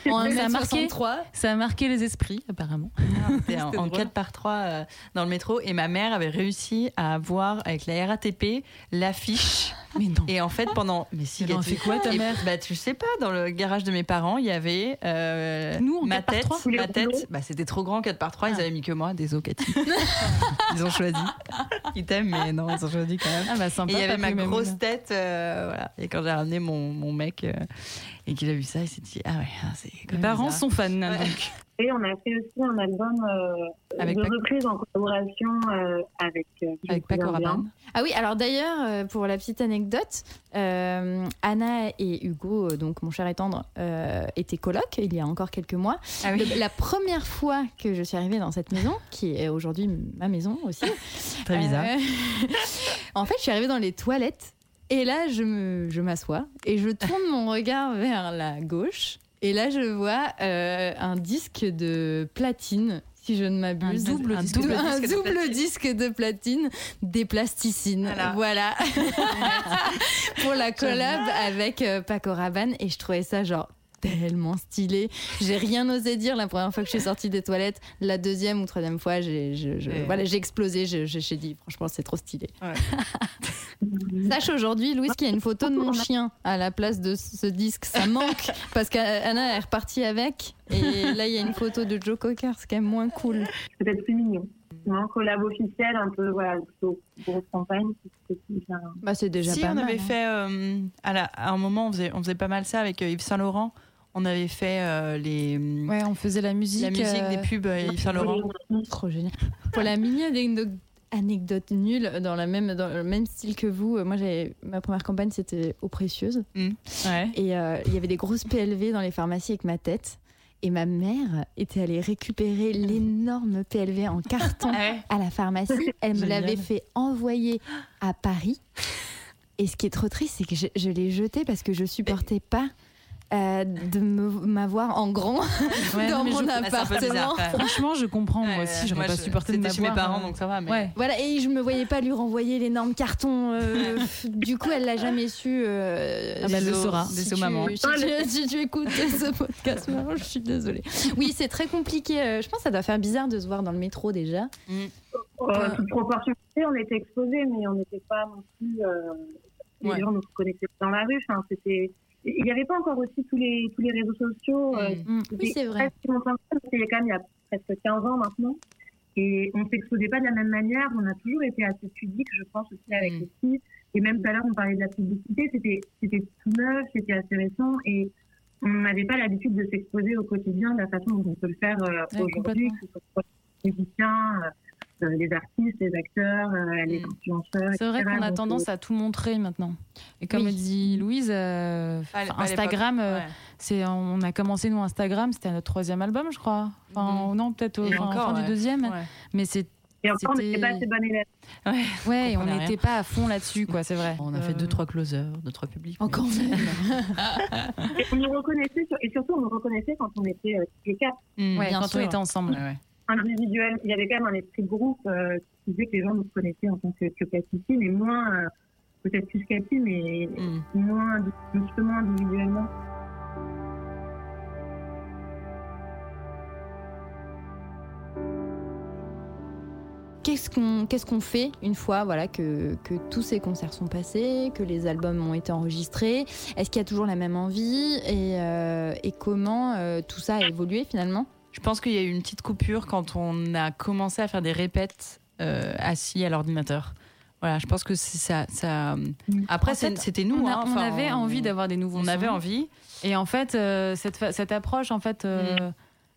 En ça a marqué. 1m63. Ça a marqué les esprits apparemment. Ah, C'était en, en 4 par 3 dans le métro et ma mère avait réussi à avoir avec la RATP l'affiche. Et en fait pendant mais si Elle en Cathy. fait quoi, ta Et- mère Bah tu sais pas dans le garage de mes parents, il y avait euh, Nous, en ma 4 par 3. tête, ma tête, bah c'était trop grand 4 par 3, ils avaient mis que moi, désolé Cathy. ils ont choisi. Ils t'aiment mais non, ils ont choisi quand même. Ah bah sympa. Et il y avait ma papy, mamie. grosse tête, euh, voilà. Et quand j'ai ramené mon, mon mec euh, et qu'il a vu ça, il s'est dit ah ouais, ah, c'est. quand Les même parents bizarre. sont fans. Ouais. donc. Et on a fait aussi un album euh, Avec de Paco- reprise en collaboration euh, avec, euh, si je me souviens bien. Ah oui, alors d'ailleurs, euh, pour la petite anecdote, euh, Anna et Hugo, euh, donc mon cher et tendre, euh, étaient colocs il y a encore quelques mois. Ah oui. Le- la première fois que je suis arrivée dans cette maison, qui est aujourd'hui ma maison aussi. Très bizarre. euh, en fait, je suis arrivée dans les toilettes et là, je me- je m'assois et je tourne mon regard vers la gauche. Et là, je vois euh, un disque de platine si je ne m'abuse. Un double disque de double- un platine. double disque de platine des plasticines. Voilà. Pour la collab avec euh, Paco Rabanne. Et je trouvais ça genre tellement stylé. J'ai rien osé dire la première fois que je suis sortie des toilettes. La deuxième ou troisième fois, j'ai je- je- Ouais. voilà, j'ai explosé. Je- je- J'ai dit, franchement, c'est trop stylé. Sache aujourd'hui, Louise, qu'il y a une photo de mon chien à la place de ce disque. Ça manque parce qu'Anna est repartie avec. Et là, il y a une photo de Joe Cocker, c'est quand même moins cool. Peut-être plus mignon. Non, collab officiel, un peu, voilà, plutôt grosse campagne. c'est- c'est bien. Bah, c'est déjà si, pas on mal, avait hein. fait euh, à, la- à un moment, on faisait, on faisait pas mal ça avec euh, Yves Saint Laurent. On avait fait euh, les Ouais, on faisait la musique. la musique euh, des pubs euh, Yves Saint Laurent. Trop génial. Pour la mini anecdote, anecdote nulle, dans, la même, dans le même style que vous, euh, moi, j'avais- ma première campagne, c'était aux précieuses. Et euh, il y avait des grosses PLV dans les pharmacies avec ma tête. Et ma mère était allée récupérer l'énorme PLV en Ah, carton Ah à la pharmacie. Elle me Génial. l'avait fait envoyer à Paris. Et ce qui est trop triste, c'est que je, je l'ai jeté parce que je supportais pas euh, de me- m'avoir en grand Ouais, dans non, mais mon je- bah, Ah, c'est un peu appartement. bizarre, quand même. je comprends. moi aussi, j'aurais moi, pas je- supporté de c'était chez mes m'avoir, parents, euh, donc ça va, mais- ouais. Voilà, et je me voyais pas lui renvoyer l'énorme carton. euh, du coup, elle l'a jamais su. euh, Ah bah, elle le si- saura. si Désolé, tu- maman. Si tu, si tu écoutes ce podcast, maman, je suis désolée. Oui, c'est très compliqué. euh, Je pense que ça doit faire bizarre de se voir dans le métro déjà. Euh, toute proportion, faite, on était exposés, mais on n'était pas non plus. euh, les Ouais. gens nous reconnaissaient dans la rue. Enfin, c'était. Il n'y avait pas encore aussi tous les tous les réseaux sociaux. euh, Mm. c'était Oui, c'est vrai. presque longtemps, C'était quand même il y a presque 15 ans maintenant. Et on s'exposait pas de la même manière. On a toujours été assez pudique, je pense aussi avec Mm. les filles. Et même tout à l'heure, on parlait de la publicité. C'était c'était tout neuf, c'était assez récent et on n'avait pas l'habitude de s'exposer au quotidien de la façon dont on peut le faire euh, Ouais, aujourd'hui, que ce soit pour les musiciens, euh, euh, les artistes, les acteurs, euh, les influenceurs. Mm. C'est vrai qu'on a euh, tendance à tout montrer maintenant. Et comme Oui. le dit Louise, euh, Pas à enfin, l'é- pas à Instagram, l'époque, euh, ouais. c'est on a commencé nous Instagram, c'était notre troisième album, je crois. Enfin, non, peut-être au Mhm. Et fin, encore, fin ouais. du deuxième. Mais c'est Et encore, on n'était c'était- pas assez bonnes élèves. Ouais, ouais, on comprenait n'était rien. pas à fond là-dessus, quoi. C'est vrai. On a fait deux trois closers, deux trois publics. Encore Et on nous reconnaissait, sur- et surtout, on nous reconnaissait quand on était euh, tous les quatre. Ouais, quand on était ensemble. Individuel, il y avait quand même un esprit de groupe euh, qui faisait que les gens nous reconnaissaient en tant que, que Cathy, mais moins, euh, peut-être plus Cathy, mais moins, un petit peu moins individuellement. Qu'est-ce qu'on qu'est-ce qu'on fait une fois voilà que, que tous ces concerts sont passés, que les albums ont été enregistrés Est-ce qu'il y a toujours la même envie et, euh, et comment euh, tout ça a évolué finalement Je pense qu'il y a eu une petite coupure quand on a commencé à faire des répètes euh, assis à l'ordinateur. Voilà, je pense que c'est ça, ça. Après, En c'est- fait, c'était nous. On, a- hein, on enfin, avait on- envie d'avoir des nouveaux. on avait sons. envie. Et en fait, euh, cette, fa- cette approche, en fait, Mm. euh,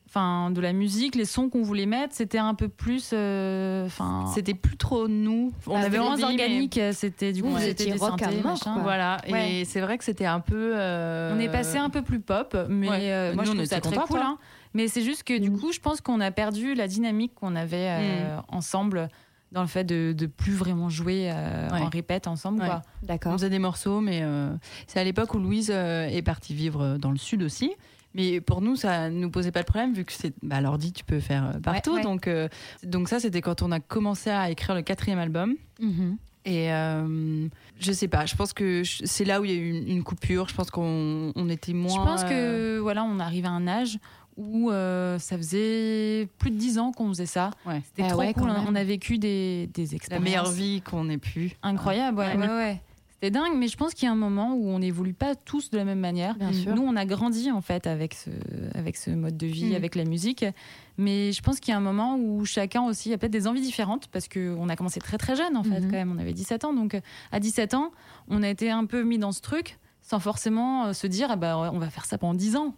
enfin, de la musique, les sons qu'on voulait mettre, c'était un peu plus, euh, enfin, C'était plus trop nous. On avait moins organique. C'était du coup, Vous, vous c'était étiez des rock à synthés, mort, machin. quoi. Voilà, et c'est vrai que c'était un peu. euh, On est passé un peu plus pop, mais Ouais. euh, moi Nous, je on trouve était ça très contentes, cool. hein. hein. Mais c'est juste que du coup, je pense qu'on a perdu la dynamique qu'on avait euh, Mm. ensemble dans le fait de, de plus vraiment jouer euh, Ouais. en répète ensemble. quoi. D'accord. On faisait des morceaux, mais euh, c'est à l'époque où Louise euh, est partie vivre euh, dans le sud aussi. Mais pour nous, ça nous posait pas de problème vu que c'est bah, l'ordi, tu peux faire euh, partout. Ouais, ouais. Donc, euh, donc ça, c'était quand on a commencé à écrire le quatrième album. Mm-hmm. Et euh, je sais pas, je pense que je- c'est là où il y a eu une, une coupure. Je pense qu'on on était moins. Je pense euh, que voilà, on arrive à un âge où euh, ça faisait plus de 10 ans qu'on faisait ça. C'était Ah trop ouais, cool. quand hein. même. On a vécu des, des la expériences. meilleure vie qu'on ait pu. Incroyable, ouais, Ouais. ouais, ouais. C'était dingue, mais je pense qu'il y a un moment où on n'évolue pas tous de la même manière. Bien sûr. Nous, on a grandi en fait avec ce, avec ce mode de vie, Mm. avec la musique. Mais je pense qu'il y a un moment où chacun aussi a peut-être des envies différentes parce qu'on a commencé très très jeune en Mm-hmm. fait, quand même. On avait 17 ans. Donc à 17 ans, on a été un peu mis dans ce truc sans forcément euh, se dire ah bah, on va faire ça pendant 10 ans.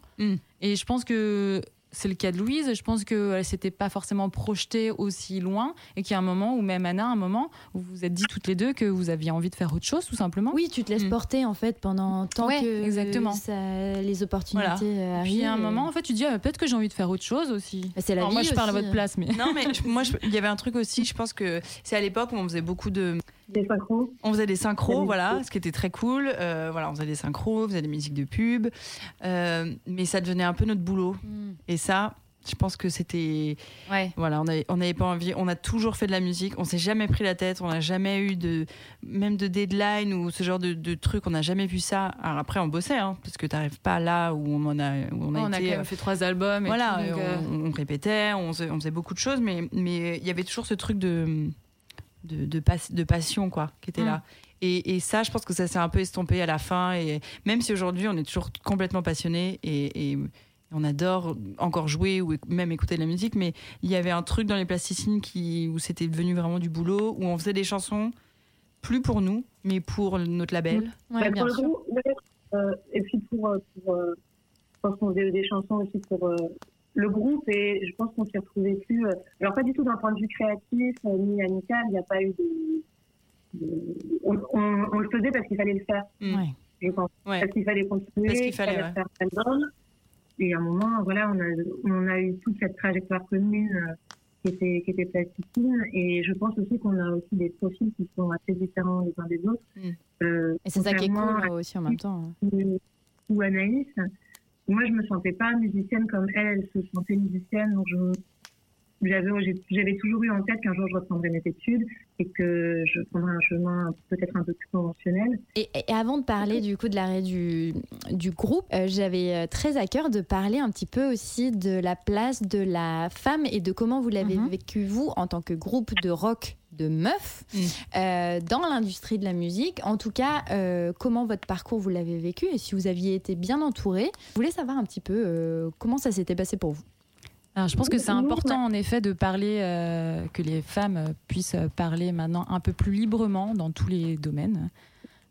Et je pense que c'est le cas de Louise. Je pense qu'elle s'était pas forcément projetée aussi loin et qu'il y a un moment où même Anna, un moment où vous vous êtes dit toutes les deux que vous aviez envie de faire autre chose, tout simplement. Oui, tu te laisses porter en fait pendant tant Ouais, que exactement. ça- les opportunités Voilà. euh, arrivent. Puis il y a un moment, en fait, tu dis ah, peut-être que j'ai envie de faire autre chose aussi. c'est la Alors, Moi, vie je parle à aussi, votre hein. place, mais Non, mais je- moi, je- il y avait un truc aussi, je pense que c'est à l'époque où on faisait beaucoup de. Des synchros. On faisait des synchros, Des voilà, synchros. ce qui était très cool. Euh, voilà, on faisait des Hmm. synchros, on faisait des musiques de pub. Euh, mais ça devenait un peu notre boulot. Et ça, Je pense que c'était. Voilà, on avait- on n'avait pas envie. On a toujours fait de la musique. On s'est jamais pris la tête. On n'a jamais eu de. Même de deadline ou ce genre de, de truc. On n'a jamais vu ça. Alors après, on bossait, hein, parce que t'arrives pas là où on en a. Où on a, Ouais, on a été, quand même euh, fait trois albums et voilà, tout, donc, et euh, on, on répétait, on, se- on faisait beaucoup de choses, mais mais il y avait toujours ce truc de de, de, pas- de passion quoi, qui était Mm. là. Et, et ça, je pense que ça s'est un peu estompé à la fin. Et même si aujourd'hui, on est toujours complètement passionné et, et on adore encore jouer ou éc- même écouter de la musique, mais il y avait un truc dans les plasticines qui, où c'était devenu vraiment du boulot, où on faisait des chansons plus pour nous, mais pour notre label. Mm. Bah, pour le coup, le- euh, et puis pour, euh, pour, euh, je pense qu'on faisait des chansons aussi pour euh, le groupe et je pense qu'on s'est retrouvés plus. euh, alors pas du tout d'un point de vue créatif euh, ni amical, il n'y a pas eu de. de- on, on- on le faisait parce qu'il fallait le faire. Je pense. Parce qu'il fallait continuer. Parce qu'il fallait, ouais. faire cet album. Et à un moment, voilà, on a, on a eu toute cette trajectoire commune euh, qui était, qui était plasticine. Et je pense aussi qu'on a aussi des profils qui sont assez différents les uns des autres. Mm. Euh, hein. Et c'est ça qui est cool contrairement à- euh, aussi en même temps. ou- ou Anaïs. Moi, je me sentais pas musicienne comme elle, elle se sentait musicienne. Donc, je- j'avais, j'ai- j'avais toujours eu en tête qu'un jour je reprendrais mes études et que je prendrais un chemin peut-être un peu plus conventionnel. Et, et avant de parler du coup de l'arrêt du, du groupe, euh, j'avais euh, très à cœur de parler un petit peu aussi de la place de la femme et de comment vous l'avez vécu vous en tant que groupe de rock de meufs euh, dans l'industrie de la musique. En tout cas, euh, comment votre parcours vous l'avez vécu et si vous aviez été bien entourée. Je voulais savoir un petit peu euh, comment ça s'était passé pour vous. Alors, je pense que c'est Nous, important en effet de parler, euh, que les femmes euh, puissent euh, parler maintenant un peu plus librement dans tous les domaines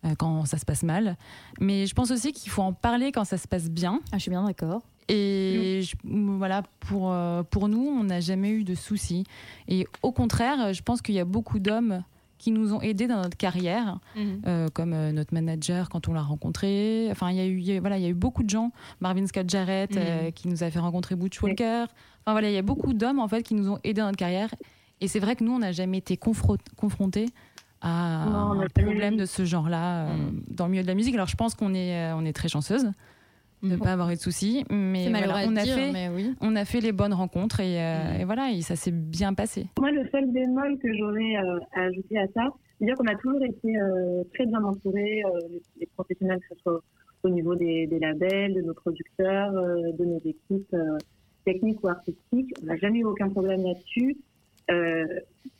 euh, quand ça se passe mal. Mais je pense aussi qu'il faut en parler quand ça se passe bien. je suis bien d'accord. Mm. Et je- m- voilà, pour, euh, pour nous, on n'a jamais eu de soucis. Et au contraire, euh, je pense qu'il y a beaucoup d'hommes qui nous ont aidés dans notre carrière, Mhm. euh, comme euh, notre manager quand on l'a rencontré. Enfin, il y a eu, il y a- voilà, il y a eu beaucoup de gens. Marvin Scott Jarrett euh, Mhm. qui nous a fait rencontrer Butch Walker. Enfin voilà, il y a beaucoup d'hommes en fait qui nous ont aidés dans notre carrière. Et c'est vrai que nous, on n'a jamais été confro- confrontés à Non, on un n'a jamais Mm. problème de ce genre-là euh, dans le milieu de la musique. Alors je pense qu'on est, euh, on est très chanceuse de ne pas avoir eu de soucis, mais C'est malheureux voilà, à on a dire, fait, mais on a fait les bonnes rencontres et, euh, Mm. et voilà, et ça s'est bien passé. Moi, le seul bémol que j'aurais euh, à ajouter à ça, c'est-à-dire qu'on a toujours été euh, très bien entourés, euh, les- les professionnels, que ce soit au niveau des, des labels, de nos producteurs, euh, de nos équipes euh, techniques ou artistiques. On n'a jamais eu aucun problème là-dessus. Euh,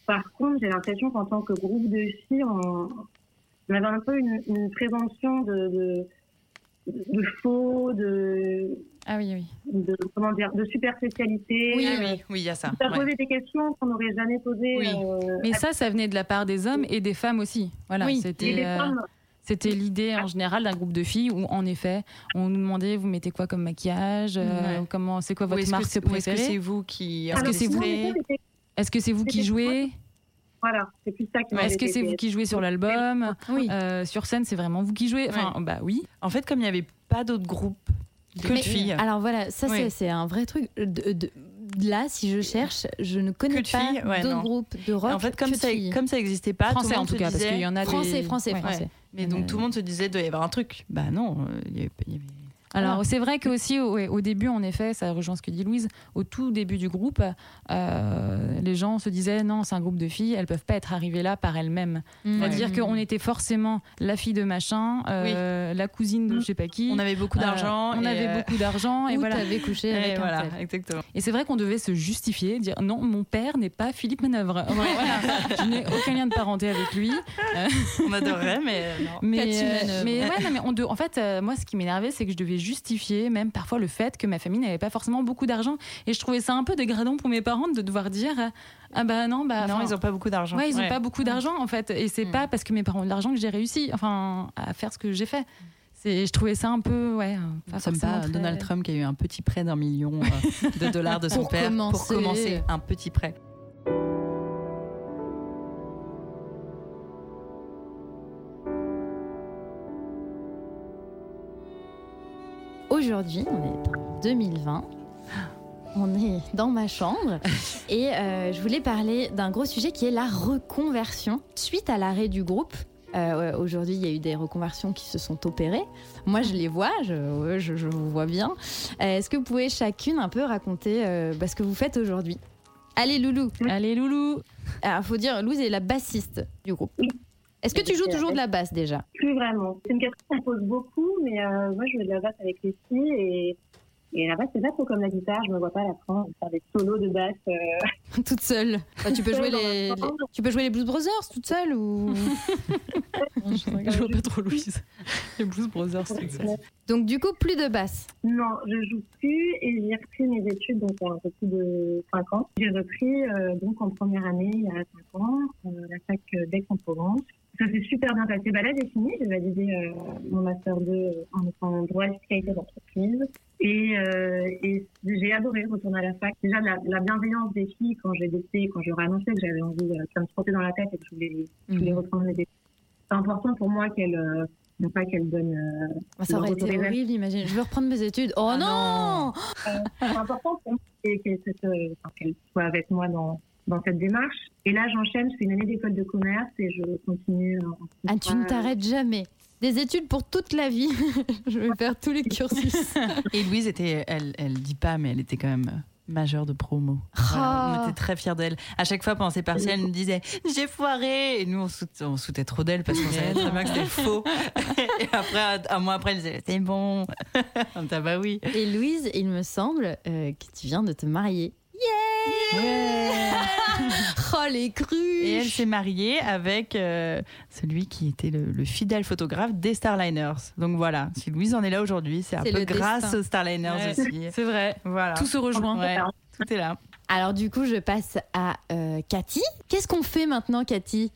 par contre, j'ai l'impression qu'en tant que groupe de filles, on, on avait un peu une, une prévention de, de, de faux, de, ah oui, oui. de, comment dire, de superficialité. Oui, oui, oui, il y a ça. Ça ouais. posait des questions qu'on n'aurait jamais posées. euh, Mais à- ça, ça venait de la part des hommes et des femmes aussi. Voilà, Oui, et des c'était euh, femmes. c'était l'idée en général d'un groupe de filles où, en effet, on nous demandait vous mettez quoi comme maquillage, euh, Ouais. comment, c'est quoi Ou votre est-ce que marque c'est- ou est-ce que préférée c'est vous qui Est-ce que c'est vous enregistrez Est-ce que c'est vous qui jouez Voilà, c'est plus ça qui Est-ce que c'est vous qui jouez sur l'album Euh, Sur scène, c'est vraiment vous qui jouez Enfin, bah oui. En fait, comme il n'y avait pas d'autres groupes que Mais- de filles. Alors voilà, ça c'est- Oui. c'est un vrai truc. De, de- là, si je cherche, je ne connais de pas filles, ouais, d'autres non. groupes de rock. En fait, comme que de ça, filles. comme ça existait pas, Français, Ah, tout le monde en tout se cas, parce disait- qu'il y en a des- Français, français, français. Mais euh, donc tout le monde se disait doit y avoir un truc. Bah non, euh, il y avait pas- il y avait- Alors c'est vrai que aussi au, ouais, au début en effet ça rejoint ce que dit Louise au tout début du groupe euh, les gens se disaient non c'est un groupe de filles elles peuvent pas être arrivées là par elles-mêmes Mm. c'est-à-dire Ouais. qu'on était forcément la fille de machin euh, la cousine Mm. de je sais pas qui On avait beaucoup Euh, d'argent on et, avait euh, beaucoup d'argent et ou voilà t'avais couché avec et un voilà tel. exactement et c'est vrai qu'on devait se justifier dire non mon père n'est pas Philippe Manœuvre Voilà. je n'ai aucun lien de parenté avec lui on adorerait, mais euh, non. mais, Cathy euh, Manœuvre. mais ouais, non, mais on de- en fait, euh, moi, ce qui m'énervait, c'est que je devais justifier même parfois le fait que ma famille n'avait pas forcément beaucoup d'argent. Et je trouvais ça un peu dégradant pour mes parents de devoir dire euh, Ah bah non, bah. Non, enfin, ils ont pas beaucoup d'argent. Ouais, ils n'ont Ouais. Mm. pas beaucoup d'argent en fait. Et c'est pas parce que mes parents ont de l'argent que j'ai réussi enfin, à faire ce que j'ai fait. C'est, je trouvais ça un peu. Ouais, euh, Nous sommes forcément pas très- Donald Trump qui a eu un petit prêt d'un million euh, de dollars de son Pour père pour commencer. commencer un petit prêt. Aujourd'hui, on est en 2020. On est dans ma chambre et euh, je voulais parler d'un gros sujet qui est la reconversion. Suite à l'arrêt du groupe, Euh, Aujourd'hui, il y a eu des reconversions qui se sont opérées. Moi, je les vois, je, je, je vous vois bien. Euh, Est-ce que vous pouvez chacune un peu raconter euh, bah, ce que vous faites aujourd'hui Allez, Loulou Allez, Loulou Alors, Ah, faut dire, Loulou, c'est la bassiste du groupe. Est-ce que tu joues toujours de la basse déjà Plus vraiment. C'est une question qu'on me pose beaucoup, mais euh, moi, je joue de la basse avec les filles et, et la basse, c'est pas trop comme la guitare. Je me vois pas la prendre, faire des solos de basse. euh, toute seule. Enfin, tu peux jouer les, les- tu peux jouer les Blues Brothers toute seule ou Je vois pas trop Louise. Les Blues Brothers, c'est ça. Donc du coup, plus de basse Non, je joue plus et j'ai repris mes études donc il y a un peu plus de 5 ans. J'ai repris euh, donc en première année il y a 5 ans, euh, la fac euh, d'Aix-en-Provence. Ça s'est super bien passé. Bah là, j'ai fini, j'ai validé euh, mon master 2 en, en droit et fiscalité d'entreprise. Et, euh, et j'ai adoré retourner à la fac. Déjà, la, la bienveillance des filles, quand j'ai décidé, quand j'aurais annoncé que j'avais envie, euh, que ça me trottait dans la tête et que je voulais, je voulais reprendre mes études. C'est important pour moi qu'elles euh, non pas qu'elles donnent. euh, Ah, Ça leur aurait été autorisation. horrible, imagine. Je veux reprendre mes études. Ah Oh non, Euh, C'est important pour moi qu'elle qu'elle soit avec moi dans, dans cette démarche. Et là, j'enchaîne, je fais une année d'école de commerce et je continue. en- Ah, tu ne t'arrêtes jamais. Des études pour toute la vie. je vais faire tous les cursus. Ah, Et Louise était, elle, elle dit pas, mais elle était quand même euh, majeure de promo. Ah. Voilà, on était très fiers d'elle. À chaque fois, pendant ses partiels, elle nous disait J'ai foiré Et nous, on, sout- on soutait trop d'elle parce qu'on savait très bien que c'était faux. Et après, un mois après, elle disait C'est bon. On t'a bah oui. Et Louise, il me semble euh, que tu viens de te marier. Yeah, Oh les crues Et elle s'est mariée avec euh, celui qui était le, le fidèle photographe des Starliners. Donc voilà, si Louise en est là aujourd'hui, c'est un C'est peu le grâce destin. aux Starliners Ouais, aussi. C'est vrai. Voilà. Tout se rejoint. Ouais, tout est là. Alors du coup, je passe à euh, Cathy. Qu'est-ce qu'on fait maintenant, Cathy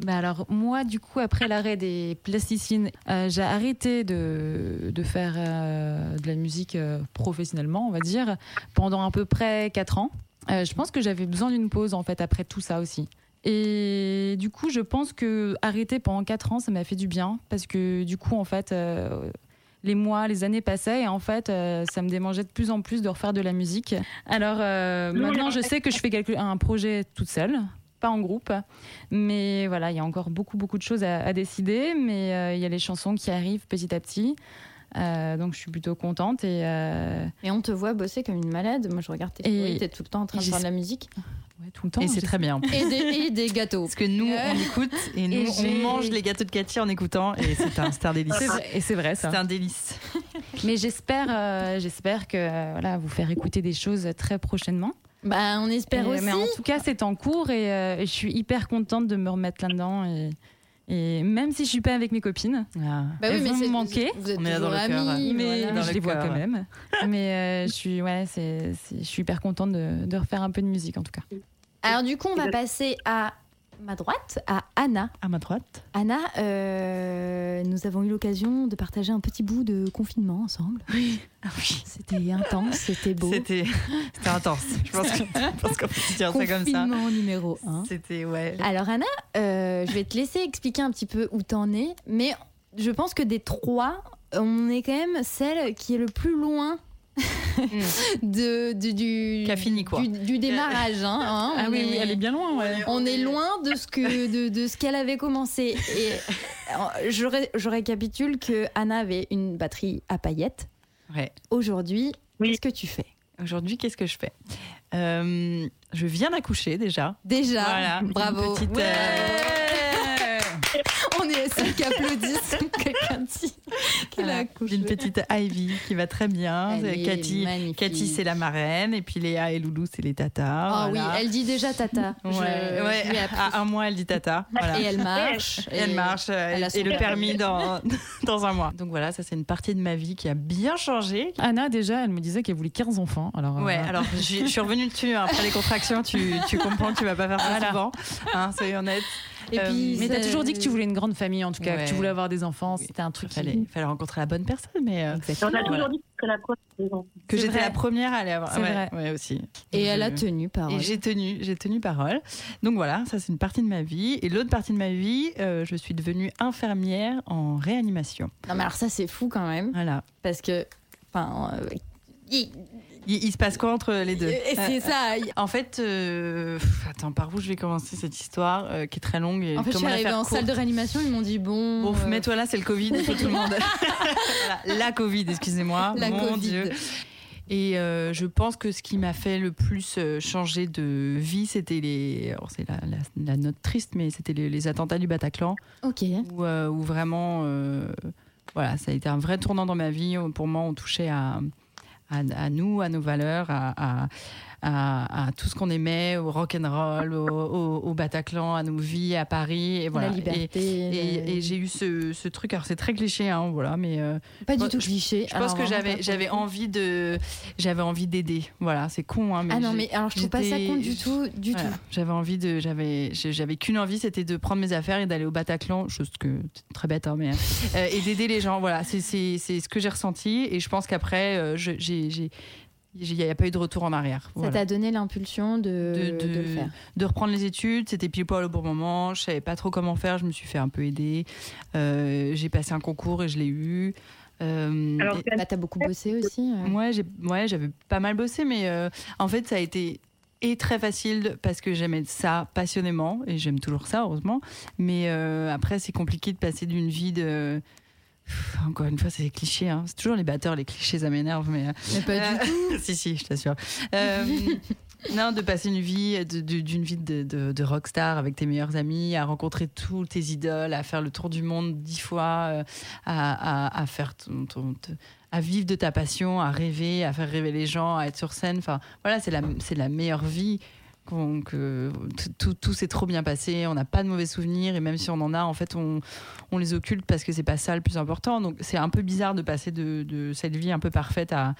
Bah alors moi du coup après l'arrêt des plasticines euh, j'ai arrêté de, de faire euh, de la musique euh, professionnellement on va dire pendant à peu près 4 ans. Euh, je pense que j'avais besoin d'une pause en fait après tout ça aussi. Et du coup je pense que arrêter pendant 4 ans ça m'a fait du bien parce que du coup en fait euh, les mois, les années passaient et en fait, euh, ça me démangeait de plus en plus de refaire de la musique. Alors euh, maintenant, je sais que je fais quelque- un projet toute seule, pas en groupe, mais voilà, il y a encore beaucoup beaucoup de choses à, à décider, mais euh, il y a les chansons qui arrivent petit à petit, Euh, donc je suis plutôt contente et. euh, Et on te voit bosser comme une malade. Moi, je regarde tes Et- stories, t'es tout le temps en train de faire de la musique. tout le temps. hein, Et c'est très bien. Et des, et des gâteaux. Parce que nous, on écoute et nous, on mange les gâteaux de Cathy en écoutant et c'est un star délice. C'est vrai- et c'est vrai, ça. C'est un délice. Mais j'espère, euh, j'espère que euh, voilà, vous faire écouter des choses très prochainement. Bah, on espère Et- aussi. Mais en tout cas, c'est en cours et euh, je suis hyper contente de me remettre là-dedans. Et, et même si je suis pas avec mes copines, Bah oui, elles mais vont c'est- me manquer. vous êtes On est là dans toujours le cœur. amies, mais voilà. Dans je le les vois cœur. quand même. mais euh, je suis, ouais, c'est, c'est- je suis hyper contente de, de refaire un peu de musique en tout cas. Alors du coup, on va passer à ma droite, à Anna. À ma droite. Anna, euh, nous avons eu l'occasion de partager un petit bout de confinement ensemble. Ah Oui. C'était intense, c'était beau. C'était c'était intense. Je pense que- je pense qu'on peut dire ça comme ça. Confinement numéro Hein 1. C'était, ouais. Ah, Alors Anna, euh, je vais te laisser expliquer un petit peu où t'en es, mais je pense que des trois, on est quand même celle qui est le plus loin. Hmm. de, du, du, du- du démarrage. hein, hein. Euh. Ah On oui, oui, elle est bien loin, ouais. On est loin de ce que de, de ce qu'elle avait commencé. Et euh, je, ré- je récapitule que Anna avait une batterie à paillettes. Ouais. Aujourd'hui, qu'est-ce que tu fais Aujourd'hui, qu'est-ce que je fais Euh, Je viens d'accoucher déjà. Déjà, Voilà, une bravo. petite, Ouais. euh, On est ceux qui applaudissent quand quelqu'un dit qu'il a Voilà. accouché. Une petite Ivy qui va très bien. Elle C'est est Cathy, magnifique. Cathy c'est la marraine. Et puis Léa et Loulou, c'est les tatas. Ah voilà. oui, elle dit déjà tata. Je- Ouais, je ouais, lui ai appris. à un mois, elle dit tata. Voilà. Et elle marche. Et elle marche. euh, elle a son et le permis. permis dans, dans un mois. Donc voilà, ça, c'est une partie de ma vie qui a bien changé. Anna, déjà, elle me disait qu'elle voulait 15 enfants. Alors, Ouais, euh, alors je suis- je suis revenue dessus. hein. Après les contractions, tu, tu comprends que tu vas pas faire ça souvent. Hein, soyons honnêtes. Et Euh, puis, mais t'as toujours dit que tu voulais une grande famille, en tout cas, que tu Ouais. voulais avoir des enfants. C'était un truc. Fallait, fallait rencontrer la bonne personne, mais euh, On a voilà. toujours dit que la prochaine saison. Mm. que j'étais la première à aller avoir. C'est ouais, vrai. ouais, aussi. Et Donc, elle a je- tenu parole. Et j'ai tenu, j'ai tenu parole. Donc voilà, ça c'est une partie de ma vie. Et l'autre partie de ma vie, euh, je suis devenue infirmière en réanimation. Non mais alors ça c'est fou quand même. Voilà. Parce que, enfin, euh, y- Il, il se passe quoi entre les deux Et c'est Euh, ça, euh, En fait, euh, pff, attends, par où je vais commencer cette histoire euh, qui est très longue et En fait, je suis comment la arrivée faire en courte salle de réanimation, ils m'ont dit bon. euh, Bon, mets-toi là, c'est le Covid, il faut tout le monde. la, la Covid, excusez-moi. La Mon Covid. Dieu. Et euh, je pense que ce qui m'a fait le plus euh, changer de vie, c'était les. alors, c'est la, la- la note triste, mais c'était les, les attentats du Bataclan. Ok. Où, euh, où vraiment. euh, voilà, ça a été un vrai tournant dans ma vie. Pour moi, on touchait à, à, à nous, à nos valeurs, à, à- à- à tout ce qu'on aimait, au rock'n'roll, au, au, au Bataclan, à nos vies, à Paris. Et voilà. La Et- liberté, et- le- et j'ai eu ce, ce truc. Alors c'est très cliché, hein, voilà, mais euh, Pas je du pense- tout je- cliché. Je pense Alors, que vraiment j'avais pas. j'avais envie de j'avais envie d'aider. Voilà, c'est con, hein, mais Ah non, j'ai- mais alors, je trouve pas ça j'étais- con du tout, du voilà, tout. J'avais envie de j'avais j'ai- j'avais qu'une envie, c'était de prendre mes affaires et d'aller au Bataclan, chose que c'est très bête, hein, mais euh, et d'aider les gens. Voilà, c'est c'est c'est ce que j'ai ressenti et je pense qu'après euh, je- j'ai j'ai- j'ai- il n'y a pas eu de retour en arrière. Ça Voilà t'a donné l'impulsion de, de, de le de- faire. de reprendre les études. C'était pile poil au bon moment. Je savais pas trop comment faire. Je me suis fait un peu aider. Euh, j'ai passé un concours et je l'ai eu. Euh, Alors, et- t'as- Bah, t'as beaucoup bossé aussi. euh. Ouais, j'ai- ouais, j'avais pas mal bossé, mais euh, en fait, ça a été et très facile parce que j'aimais ça passionnément et j'aime toujours ça, heureusement. Mais euh, après, c'est compliqué de passer d'une vie de. Pff, Encore une fois, c'est des clichés. hein. C'est toujours les batteurs, les clichés, ça m'énerve. Mais, euh, Mais pas du tout. si, si, je t'assure. Euh, non, de passer une vie, de- de- d'une vie de, de- de rockstar avec tes meilleurs amis, à rencontrer tous tes idoles, à faire le tour du monde dix fois, euh, à, à- à faire ton- ton- te- à vivre de ta passion, à rêver, à faire rêver les gens, à être sur scène. Enfin, voilà, c'est la, c'est la meilleure vie. qu'on- que tout, tout- tout s'est trop bien passé, on n'a pas de mauvais souvenirs et même si on en a, en fait, on, on les occulte parce que c'est pas ça le plus important. Donc c'est un peu bizarre de passer de, de cette vie un peu parfaite à,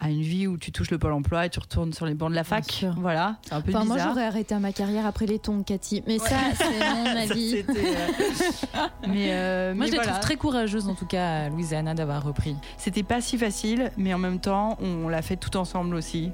à une vie où tu touches le pôle emploi et tu retournes sur les bancs de la fac. Voilà, c'est un peu Enfin, moi, bizarre. j'aurais arrêté ma carrière après les tons, Cathy. Mais ça, c'est mon avis. euh, mais Moi, je les trouve très courageuse en tout cas, Louisiana, d'avoir repris. C'était pas si facile, mais en même temps, on l'a fait tout ensemble aussi.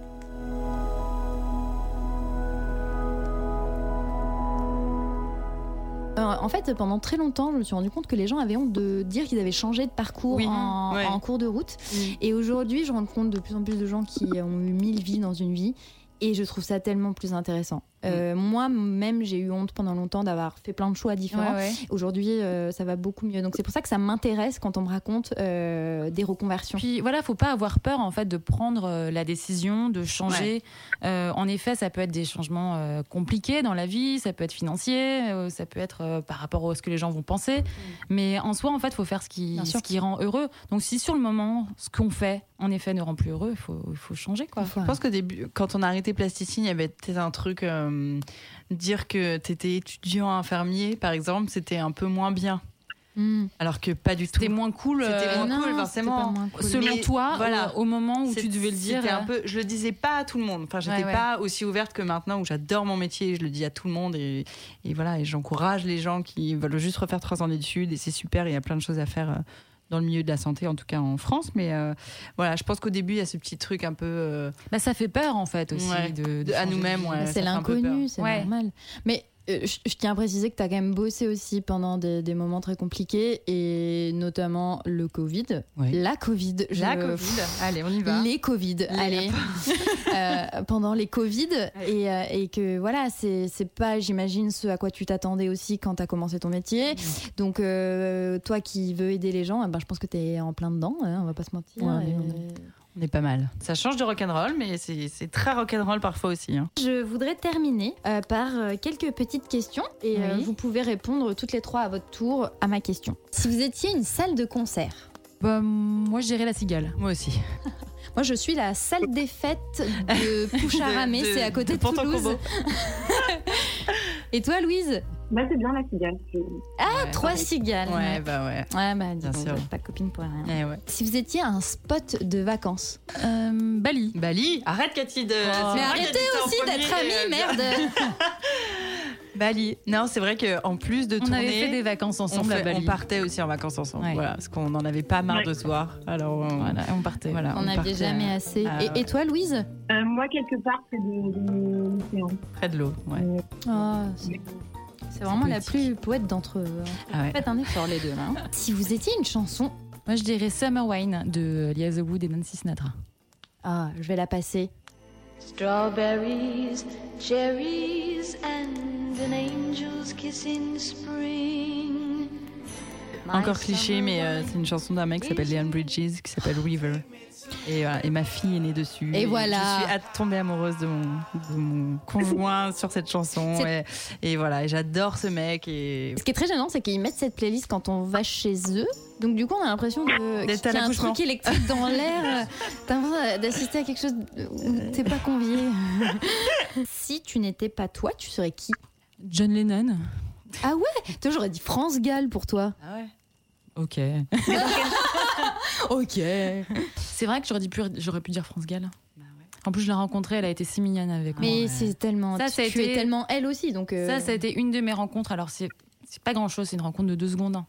Alors, Euh, en fait, pendant très longtemps, je me suis rendu compte que les gens avaient honte de dire qu'ils avaient changé de parcours Oui, en, ouais. en cours de route. Et aujourd'hui, je rencontre de plus en plus de gens qui ont eu mille vies dans une vie. Et je trouve ça tellement plus intéressant. Euh, Moi-même, j'ai eu honte pendant longtemps d'avoir fait plein de choix différents. Ouais, ouais. Aujourd'hui, euh, ça va beaucoup mieux. Donc, c'est pour ça que ça m'intéresse quand on me raconte euh, des reconversions. Puis voilà, faut pas avoir peur en fait de prendre euh, la décision de changer. Euh, en effet, ça peut être des changements euh, compliqués dans la vie, ça peut être financier, euh, ça peut être euh, par rapport à ce que les gens vont Mm. penser. Mais en soi, en fait, faut faire ce qui, Bien sûr. ce qui rend heureux. Donc si sur le moment, ce qu'on fait, en effet, ne rend plus heureux, il faut, il faut changer quoi. Je pense qu'au début, quand on a arrêté plasticine, il y avait peut-être un truc. euh, dire que t'étais étudiant infirmier, par exemple, c'était un peu moins bien. Hmm. Alors que pas du tout. C'était moins cool. C'était euh, moins non, cool, c'était forcément. pas moins cool. Selon toi, au- au moment où C'est- tu devais le dire, c'était euh, un peu. Je le disais pas à tout le monde. Enfin, j'étais Ouais, ouais. pas aussi ouverte que maintenant où j'adore mon métier. et Je le dis à tout le monde et, et voilà. Et j'encourage les gens qui veulent juste refaire trois ans d'études et c'est super. Il y a plein de choses à faire. euh, dans le milieu de la santé, en tout cas en France. Mais euh, voilà, je pense qu'au début, il y a ce petit truc un peu. euh, Bah, ça fait peur en fait aussi Ouais. de, De- à nous-mêmes, ouais, Mais c'est l'inconnu, c'est normal. Mais euh, je, je tiens à préciser que tu as quand même bossé aussi pendant des, des moments très compliqués et notamment le Covid. Ouais. La Covid. La Covid. hein. Allez, on y va. Les Covid. Allez. Euh, pendant les Covid. Et, euh, et que voilà, c'est c'est pas, j'imagine, ce à quoi tu t'attendais aussi quand tu as commencé ton métier. Donc, euh, toi qui veux aider les gens, eh ben, je pense que tu es en plein dedans, hein, on va pas se mentir. Ouais, on est- Et- on est- On est pas mal. Ça change de rock'n'roll, mais c'est c'est très rock'n'roll parfois aussi. hein. Je voudrais terminer euh, par euh, quelques petites questions et euh, Oui. vous pouvez répondre toutes les trois à votre tour à ma question. Si vous étiez une salle de concert Bah, Moi, je dirais la cigale. Moi aussi. Moi, je suis la salle des fêtes de Poucharamé, De- de- c'est à côté de, de Toulouse. Pontancombo. et toi, Louise Bah, c'est bien la cigale. Ah, trois cigales Ouais, bah ouais. Ouais, bah dis Bien donc, sûr. vous êtes pas copine pour rien. Eh ouais. Si vous étiez un spot de vacances Euh, Bali. Bali Arrête, Cathy, de. c'est moi Mais qui ai arrêtez dit ça Ah, en aussi premier, d'être amis, euh, bien. merde Bali. Non, c'est vrai qu'en plus de On tourner. avait fait des vacances ensemble on à Bali. On partait aussi en vacances ensemble. Voilà, parce qu'on n'en avait pas marre de se voir. Alors on, on partait. Voilà, On n'avait partait jamais à- assez. à- et, et toi, Louise Euh, Moi, quelque part, c'est de, de l'océan. Près de l'eau, ouais. Ah, c'est c'est vraiment la plus poète d'entre eux. hein. Ah ouais. Faites un effort les deux là. hein. Si vous étiez une chanson, moi je dirais Summer Wine de Liza Wood et Nancy Sinatra. Ah, je vais la passer. Strawberries, cherries, and an angel's kiss in spring. My Encore cliché, mais euh, c'est une chanson d'un mec qui s'appelle Leon Bridges, qui s'appelle River. Et, voilà, et ma fille est née dessus. Et voilà. Je suis at- tombée amoureuse de mon, de mon conjoint sur cette chanson. Et, C'est- et voilà, et j'adore ce mec. Et... Ce qui est très gênant, c'est qu'ils mettent cette playlist quand on va chez eux. Donc du coup, on a l'impression de- D'être qu'il à y a un l'accouchement. truc électrique dans l'air. euh, T'as l'impression d'assister à quelque chose où t'es pas convié. si tu n'étais pas toi, tu serais qui John Lennon. Ah ouais Toi, j'aurais dit France Gall pour toi. Ah ouais Ok. ok. C'est vrai que j'aurais dit plus- j'aurais pu dire France Gall. Bah En plus, je l'ai rencontrée, elle a été si mignonne avec moi. Mais c'est tellement. Ah Ça, tu ça a tu été- es tellement elle aussi. Donc, euh, Ça, ça a été une de mes rencontres. Alors, c'est c'est pas grand chose, c'est une rencontre de deux secondes. hein.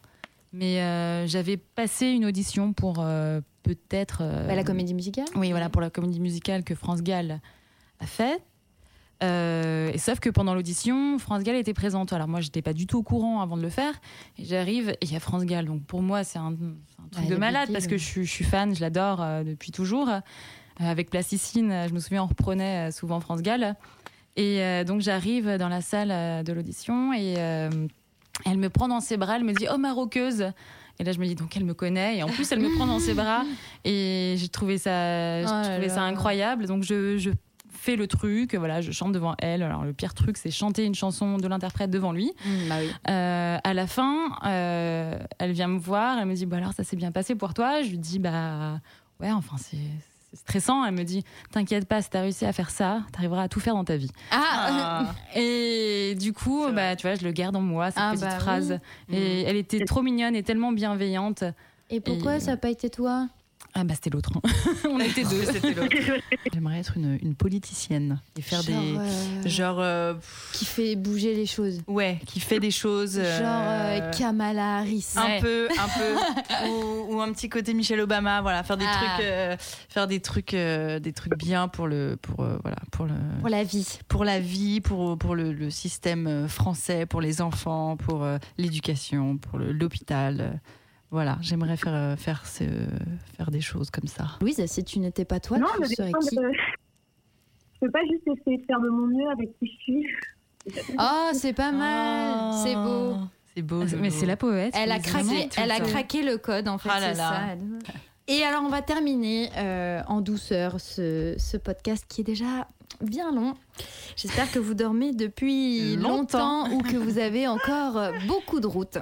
Mais euh, j'avais passé une audition pour euh, peut-être. euh, Bah, la comédie musicale Oui, voilà, pour la comédie musicale que France Gall a faite. Euh, et sauf que pendant l'audition, France Gall était présente. Alors moi, j'étais pas du tout au courant avant de le faire. Et j'arrive et il y a France Gall. Donc pour moi, c'est un, c'est un truc Ouais, de le malade big parce deal. que je, suis- je suis fan, je l'adore euh, depuis toujours. Euh, avec Plasticine, euh, je me souviens, on reprenait euh, souvent France Gall. Et euh, donc j'arrive dans la salle euh, de l'audition et euh, elle me prend dans ses bras, elle me dit Oh ma roqueuse Et là je me dis donc elle me connaît et en plus elle me prend dans ses bras et j'ai trouvé ça, j'ai Oh là trouvé là. ça incroyable. Donc je, je fais le truc, voilà, je chante devant elle. Alors le pire truc c'est chanter une chanson de l'interprète devant lui. Bah Euh, à la fin, euh, elle vient me voir, elle me dit bah alors ça s'est bien passé pour toi. Je lui dis bah ouais enfin c'est c'est stressant. Elle me dit t'inquiète pas si t'as réussi à faire ça, t'arriveras à tout faire dans ta vie. Ah. et du coup bah tu vois je le garde en moi cette Ah, petite bah oui. phrase. Mmh. Et elle était trop mignonne et tellement bienveillante. Et pourquoi ça n'a pas été toi Ah bah c'était l'autre. hein. On était deux, c'était l'autre. J'aimerais être une, une politicienne et faire Genre, des euh, genre euh, Qui fait bouger les choses. Ouais, qui fait des choses. Genre euh, euh, Kamala Harris. un peu, un peu, ou, ou un petit côté Michelle Obama, voilà, faire des Ah. trucs, euh, faire des trucs, euh, des trucs bien pour le, pour euh, voilà, pour le, Pour la vie. pour la vie, pour pour le, le système euh, français, pour les enfants, pour euh, l'éducation, pour le- l'hôpital, euh, voilà, j'aimerais faire euh, faire ce, faire des choses comme ça. Louise, si tu n'étais pas toi, non, mais tu des serais fois, qui je- je peux pas juste essayer de faire de mon mieux avec qui je suis. Oh, c'est pas mal, Ah. c'est beau. C'est beau. Mais Ah, c'est la poète. Elle a mais vraiment, craqué, tout elle a ça. craqué le code en fait. Ah là c'est là. ça. Et alors on va terminer euh, en douceur ce, ce podcast qui est déjà bien long. J'espère que vous dormez depuis Longtemps. longtemps, ou que vous avez encore euh, beaucoup de route.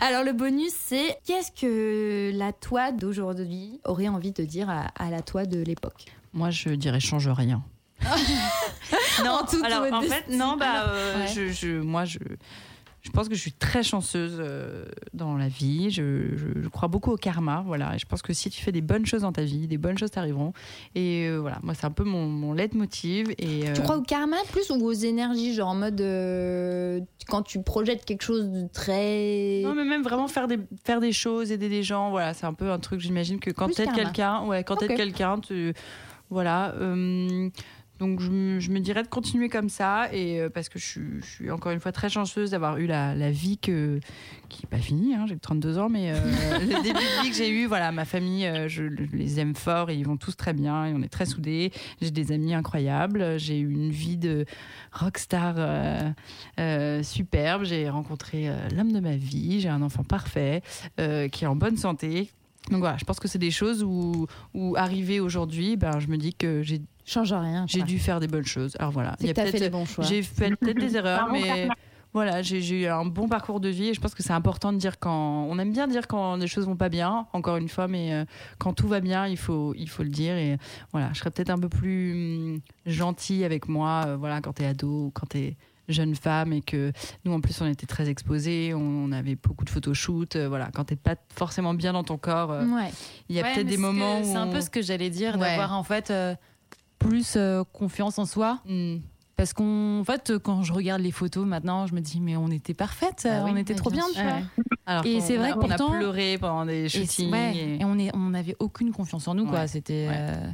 Alors le bonus c'est qu'est-ce que la toi d'aujourd'hui aurait envie de dire à, à la toi de l'époque Moi, je dirais change rien. non, En toute alors, en modestie. fait, non, bah, euh, Ouais. je, je- moi, je, je pense que je suis très chanceuse euh, dans la vie. Je, je- je crois beaucoup au karma, voilà. Et je pense que si tu fais des bonnes choses dans ta vie, des bonnes choses t'arriveront. Et euh, voilà, moi, c'est un peu mon, mon leitmotiv. Et, Tu euh, crois au karma plus ou aux énergies, genre en mode euh, quand tu projettes quelque chose de très. Non, mais même vraiment faire des, faire des choses, aider des gens, voilà, c'est un peu un truc, j'imagine que quand Plus t'aides karma. quelqu'un, ouais, quand t'aides Ok. quelqu'un, tu. Voilà. euh, donc je, me- je me dirais de continuer comme ça, et euh, parce que je, suis- je suis encore une fois très chanceuse d'avoir eu la, la vie que, qui n'est pas finie, hein, j'ai que 32 ans, mais euh, le début de vie que j'ai eu, voilà, ma famille, euh, je les aime fort, et ils vont tous très bien, et on est très soudés, j'ai des amis incroyables, j'ai eu une vie de rockstar euh, euh, superbe, j'ai rencontré euh, l'homme de ma vie, j'ai un enfant parfait, euh, qui est en bonne santé. Donc voilà, je pense que c'est des choses où, où arrivé aujourd'hui, ben, je me dis que j'ai change rien. J'ai dû faire des bonnes choses. Alors voilà, C'est que t'as fait les bons choix. J'ai fait peut-être des erreurs, Pardon, mais Carla. voilà, j'ai j'ai eu un bon parcours de vie et je pense que c'est important de dire quand on aime bien dire quand les choses vont pas bien, encore une fois, mais euh, quand tout va bien, il faut il faut le dire et voilà, je serais peut-être un peu plus hum, gentille avec moi, euh, voilà, quand t'es ado ou quand t'es jeune femme et que nous en plus on était très exposés, on, on avait beaucoup de photoshoots, euh, voilà, quand t'es pas forcément bien dans ton corps, euh, il Ouais. y a Ouais, mais peut-être des ce que- moments où c'est un peu on- ce que j'allais dire, Ouais. d'avoir en fait euh, plus euh, confiance en soi. Hmm. Parce qu'en fait, euh, quand je regarde les photos maintenant, je me dis, mais on était parfaite, Bah oui, on était mais trop bien bien, tu sûr. vois. Ouais. Alors et qu'on c'est a- vrai que on a pourtant- pleuré pendant des Et c'est- shootings ouais, et- Et on est- on n'avait aucune confiance en nous, quoi. Ouais. C'était. euh, c'était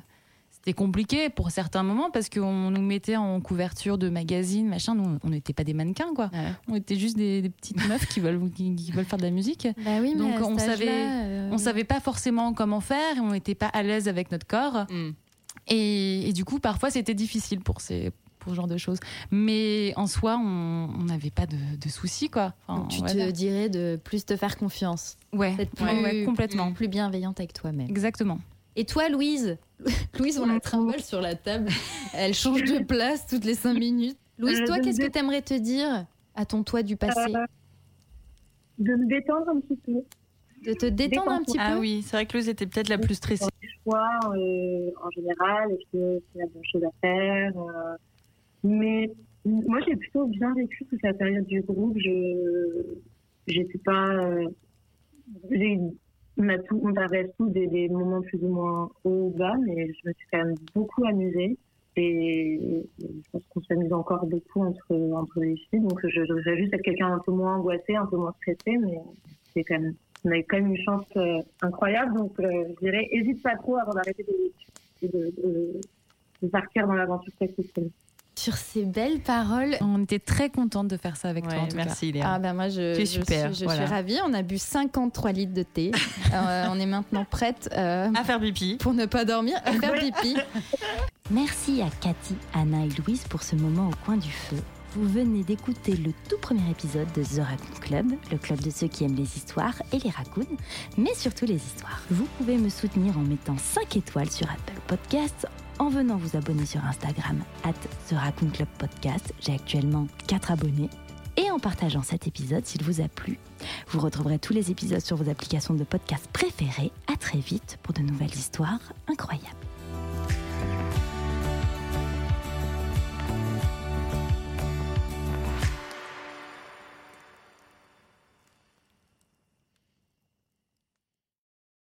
C'était compliqué pour certains moments parce qu'on nous mettait en couverture de magazines, machin. Nous, on n'était pas des mannequins, quoi. On était juste des, des petites meufs qui veulent, qui, qui veulent faire de la musique. Bah oui, mais Donc à on cet savait, âge-là, euh, on savait pas forcément comment faire. et On n'était pas à l'aise avec notre corps. Et, et du coup, parfois, c'était difficile pour ces pour ce genre de choses. Mais en soi, on on n'avait pas de, de soucis, quoi. Enfin, Donc, tu voilà. te dirais de plus te faire confiance. Ouais, D'être plus, ouais, ouais, complètement. Plus bienveillante avec toi-même. Exactement. Et toi, Louise Louise, on la trimballe sur la table. Elle change de place toutes les cinq minutes. Louise, Euh, toi, je qu'est-ce me que t'aimerais te dire à ton toi du passé Euh, de me détendre un petit peu. De te détendre un petit peu Ah oui, c'est vrai que Louise était peut-être la plus stressée. Les choix euh, en général, est-ce que c'est la bonne chose à faire euh, Mais m- moi, j'ai plutôt bien vécu toute la période du groupe. Je j'étais pas. euh, j'ai- on, a tout, on avait tous des, des moments plus ou moins hauts ou bas, mais je me suis quand même beaucoup amusée. Et je pense qu'on s'amuse encore beaucoup entre, entre les filles. Donc, je je voudrais juste être quelqu'un un peu moins angoissé, un peu moins stressé, mais c'est quand même, on a eu quand même une chance euh, incroyable. Donc, euh, je dirais, hésite pas trop avant d'arrêter de, de, de- de partir dans l'aventure professionnelle. Sur ces belles paroles. On était très contente de faire ça avec toi, en tout merci, cas. Léa. Ah ben moi, je, Tu es je super, suis, je voilà. suis ravie. On a bu 53 litres de thé. Euh, on est maintenant prête à faire pipi. Pour ne pas dormir, à faire pipi. Merci à Cathy, Anna et Louise pour ce moment au coin du feu. Vous venez d'écouter le tout premier épisode de The Raccoon Club, le club de ceux qui aiment les histoires et les raccoons, mais surtout les histoires. Vous pouvez me soutenir en mettant 5 étoiles sur Apple Podcasts, en venant vous abonner sur Instagram at The Raccoon Club Podcast. J'ai actuellement 4 abonnés. Et en partageant cet épisode s'il vous a plu, vous retrouverez tous les épisodes sur vos applications de podcast préférées. À très vite pour de nouvelles histoires incroyables.